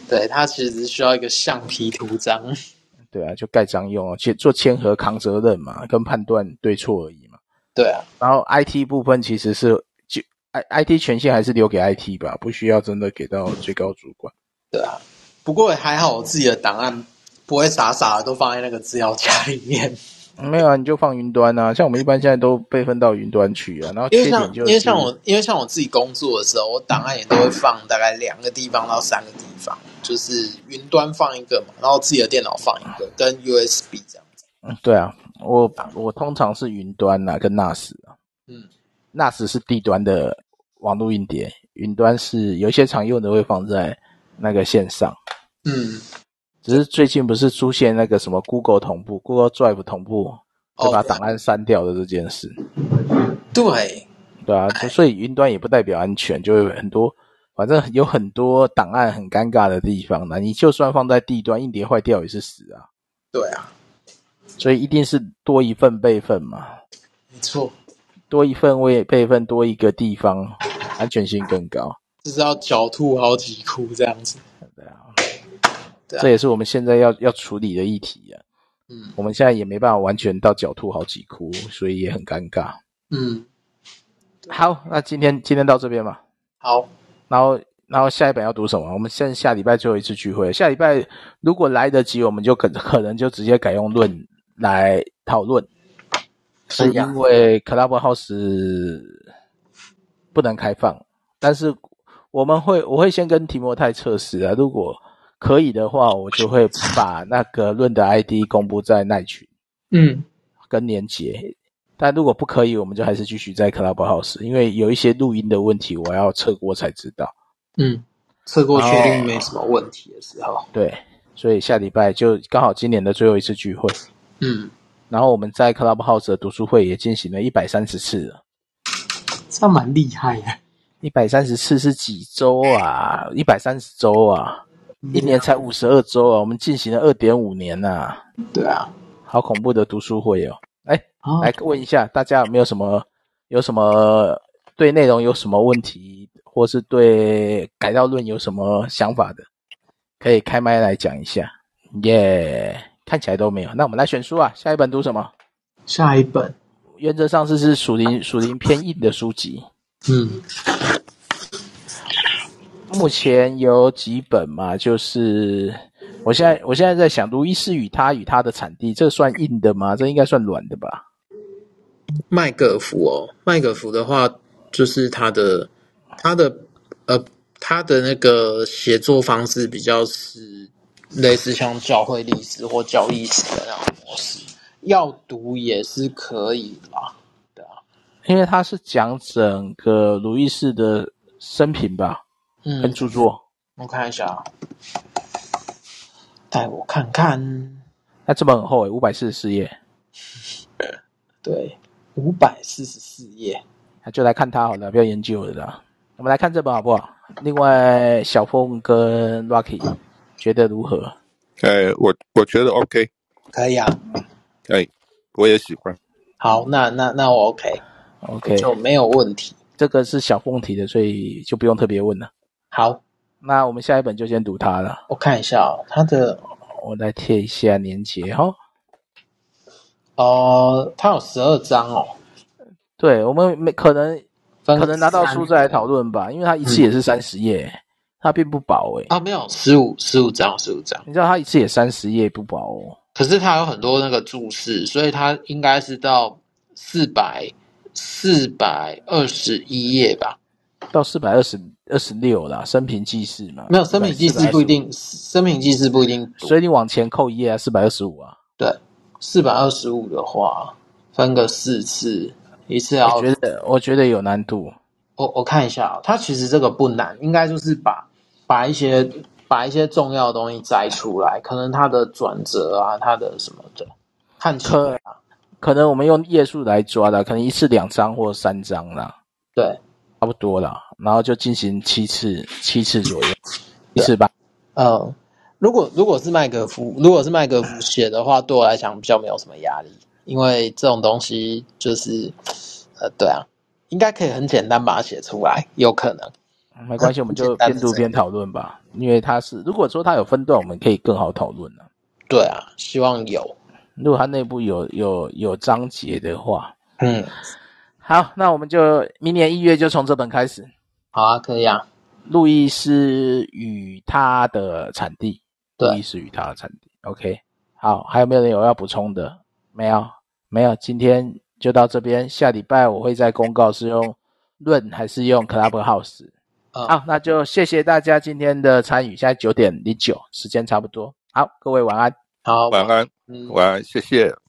[SPEAKER 3] 对，他其实需要一个橡皮图章。
[SPEAKER 1] 对啊，就盖章用哦，其做签合扛责任嘛，跟判断对错而已嘛。
[SPEAKER 3] 对啊，
[SPEAKER 1] 然后 IT 部分其实是就 I IT 权限还是留给 IT 吧，不需要真的给到最高主管。
[SPEAKER 3] 对啊。不过也还好，我自己的档案不会傻傻的都放在那个资料夹里面，
[SPEAKER 1] 没有啊，你就放云端啊，像我们一般现在都备份到云端去啊。然后
[SPEAKER 3] 因
[SPEAKER 1] 缺
[SPEAKER 3] 为像
[SPEAKER 1] 点就
[SPEAKER 3] 因
[SPEAKER 1] 是
[SPEAKER 3] 为像我因为像我自己工作的时候，我档案也都会放大概两个地方到三个地方，就是云端放一个嘛，然后自己的电脑放一个，跟 USB 这样子。
[SPEAKER 1] 嗯对啊，我我通常是云端呐、啊，跟 NAS 啊
[SPEAKER 3] 嗯，
[SPEAKER 1] ，NAS 是地端的网络硬碟，云端是有一些常用的会放在那个线上。
[SPEAKER 3] 嗯，
[SPEAKER 1] 只是最近不是出现那个什么 Google 同步、Google Drive 同步，
[SPEAKER 3] 哦
[SPEAKER 1] 就把档案删掉的这件事，
[SPEAKER 3] 对，
[SPEAKER 1] 对啊，
[SPEAKER 3] 哎
[SPEAKER 1] 所以云端也不代表安全，就有很多，反正有很多档案很尴尬的地方呢。你就算放在地端，硬碟坏掉也是死啊，
[SPEAKER 3] 对啊，
[SPEAKER 1] 所以一定是多一份备份嘛，
[SPEAKER 3] 没错，
[SPEAKER 1] 多一份位备份，多一个地方，安全性更高。
[SPEAKER 3] 就是要狡兔好几窟这样子。
[SPEAKER 1] 对啊，
[SPEAKER 3] 对啊
[SPEAKER 1] 这也是我们现在要要处理的议题啊。
[SPEAKER 3] 嗯
[SPEAKER 1] 我们现在也没办法完全到狡兔好几窟，所以也很尴尬。
[SPEAKER 3] 嗯，
[SPEAKER 1] 好，那今天今天到这边吧。
[SPEAKER 3] 好，
[SPEAKER 1] 然后然后下一本要读什么？我们现在下礼拜最后一次聚会，下礼拜如果来得及，我们就可可能就直接改用论来讨论，
[SPEAKER 3] 可
[SPEAKER 1] 是
[SPEAKER 3] 以啊
[SPEAKER 1] 因为 Clubhouse 不能开放，但是我们会我会先跟提莫泰测试啊，如果可以的话，我就会把那个论的 ID 公布在奈群
[SPEAKER 3] 嗯，
[SPEAKER 1] 跟连结。但如果不可以，我们就还是继续在 Clubhouse，因为有一些录音的问题，我要测过才知道。
[SPEAKER 3] 嗯，测过确
[SPEAKER 1] 哦
[SPEAKER 3] 定没什么问题的时候，
[SPEAKER 1] 对，所以下礼拜就刚好今年的最后一次聚会，
[SPEAKER 3] 嗯，
[SPEAKER 1] 然后我们在 Clubhouse 的读书会也进行了一百三十次了。
[SPEAKER 3] 这蛮厉害的，
[SPEAKER 1] 一百三十次是几周啊？一百三十周啊？
[SPEAKER 3] 嗯
[SPEAKER 1] 一年才五十二周啊！我们进行了二点五年呐、
[SPEAKER 3] 对啊，
[SPEAKER 1] 好恐怖的读书会哦！哎，
[SPEAKER 3] 啊，
[SPEAKER 1] 来问一下大家有没有什么有什么对内容有什么问题，或是对改造论有什么想法的，可以开麦来讲一下。耶、看起来都没有。那我们来选书啊，下一本读什么？
[SPEAKER 3] 下一本，
[SPEAKER 1] 原则上是是属灵属灵偏硬的书籍，
[SPEAKER 3] 嗯
[SPEAKER 1] 目前有几本嘛，就是我现在我现在在想，《如意是与他与他的产地》，这算硬的吗？这应该算软的吧？
[SPEAKER 3] 麦格福哦，麦格福的话，就是他的他的呃他的那个写作方式比较是类似像教会历史或教义史的那种模式，要读也是可以啦，对啊，
[SPEAKER 1] 因为它是讲整个鲁易士的生平吧，跟
[SPEAKER 3] 嗯，
[SPEAKER 1] 著作。
[SPEAKER 3] 我看一下啊，带我看看，
[SPEAKER 1] 那这本很厚诶，五百四十四页，
[SPEAKER 3] 对，五百四十四页，
[SPEAKER 1] 那就来看它好了，不要研究了啦。我们来看这本好不好？另外，小凤跟 Rocky 觉得如何？
[SPEAKER 2] 呃，我我觉得 OK，
[SPEAKER 3] 可以啊，
[SPEAKER 2] 哎，我也喜欢。
[SPEAKER 3] 好，那那那我 OK，
[SPEAKER 1] OK，
[SPEAKER 3] 就没有问题，
[SPEAKER 1] 这个是小凤提的，所以就不用特别问了。
[SPEAKER 3] 好。
[SPEAKER 1] 那我们下一本就先读它了，
[SPEAKER 3] 我看一下哦，他的
[SPEAKER 1] 我来贴一下连接哈、哦。
[SPEAKER 3] 呃，他有十二章哦，
[SPEAKER 1] 对我们没可能
[SPEAKER 3] 分
[SPEAKER 1] 可能拿到
[SPEAKER 3] 三嗯
[SPEAKER 1] 书再来讨论吧，因为它一次也是三十页，它并不薄诶。
[SPEAKER 3] 啊，没有十五十五章十五章，
[SPEAKER 1] 你知道它一次也三十页不薄哦。
[SPEAKER 3] 可是他有很多那个注释，所以他应该是到四百四百二十一页吧？
[SPEAKER 1] 到四百二十二十六啦，生平记事嘛，
[SPEAKER 3] 没有，生平记事不一定，生平记事不一定
[SPEAKER 1] 425，
[SPEAKER 3] 读
[SPEAKER 1] 所以你往前扣一页啊，四百二十五啊，
[SPEAKER 3] 对，四百二十五的话，分个四次，一次要
[SPEAKER 1] 我觉得我觉得有难度，
[SPEAKER 3] 我我看一下啊，它其实这个不难，应该就是把把一些把一些重要的东西摘出来，可能它的转折啊，它的什么的，看起来啊，
[SPEAKER 1] 可能我们用页数来抓的，可能一次两张或三张啦，
[SPEAKER 3] 对，
[SPEAKER 1] 差不多啦，然后就进行七次七次左右，一次吧，
[SPEAKER 3] 嗯，如果如果是麦格夫，如果是麦格夫写的话，对我来讲比较没有什么压力，因为这种东西就是，呃，对啊，应该可以很简单把它写出来，有可能。
[SPEAKER 1] 没关系，我们 就边读边讨论吧，因为它是如果说它有分段，我们可以更好讨论了、
[SPEAKER 3] 对啊，希望有。
[SPEAKER 1] 如果它内部有有有章节的话，
[SPEAKER 3] 嗯，
[SPEAKER 1] 好，那我们就明年一月就从这本开始，《
[SPEAKER 3] 好啊，可以啊。
[SPEAKER 1] 路易斯与他的产地》。
[SPEAKER 3] 对
[SPEAKER 1] 路易斯与他的产地。OK，好，还有没有人有要补充的？没有，没有，今天就到这边。下礼拜我会再公告是用论还是用 Clubhouse。
[SPEAKER 3] 嗯
[SPEAKER 1] 好，那就谢谢大家今天的参与。现在九点零九，时间差不多。好，各位晚安。
[SPEAKER 3] 好，
[SPEAKER 2] 晚安，
[SPEAKER 3] 嗯，
[SPEAKER 2] 晚安，谢谢。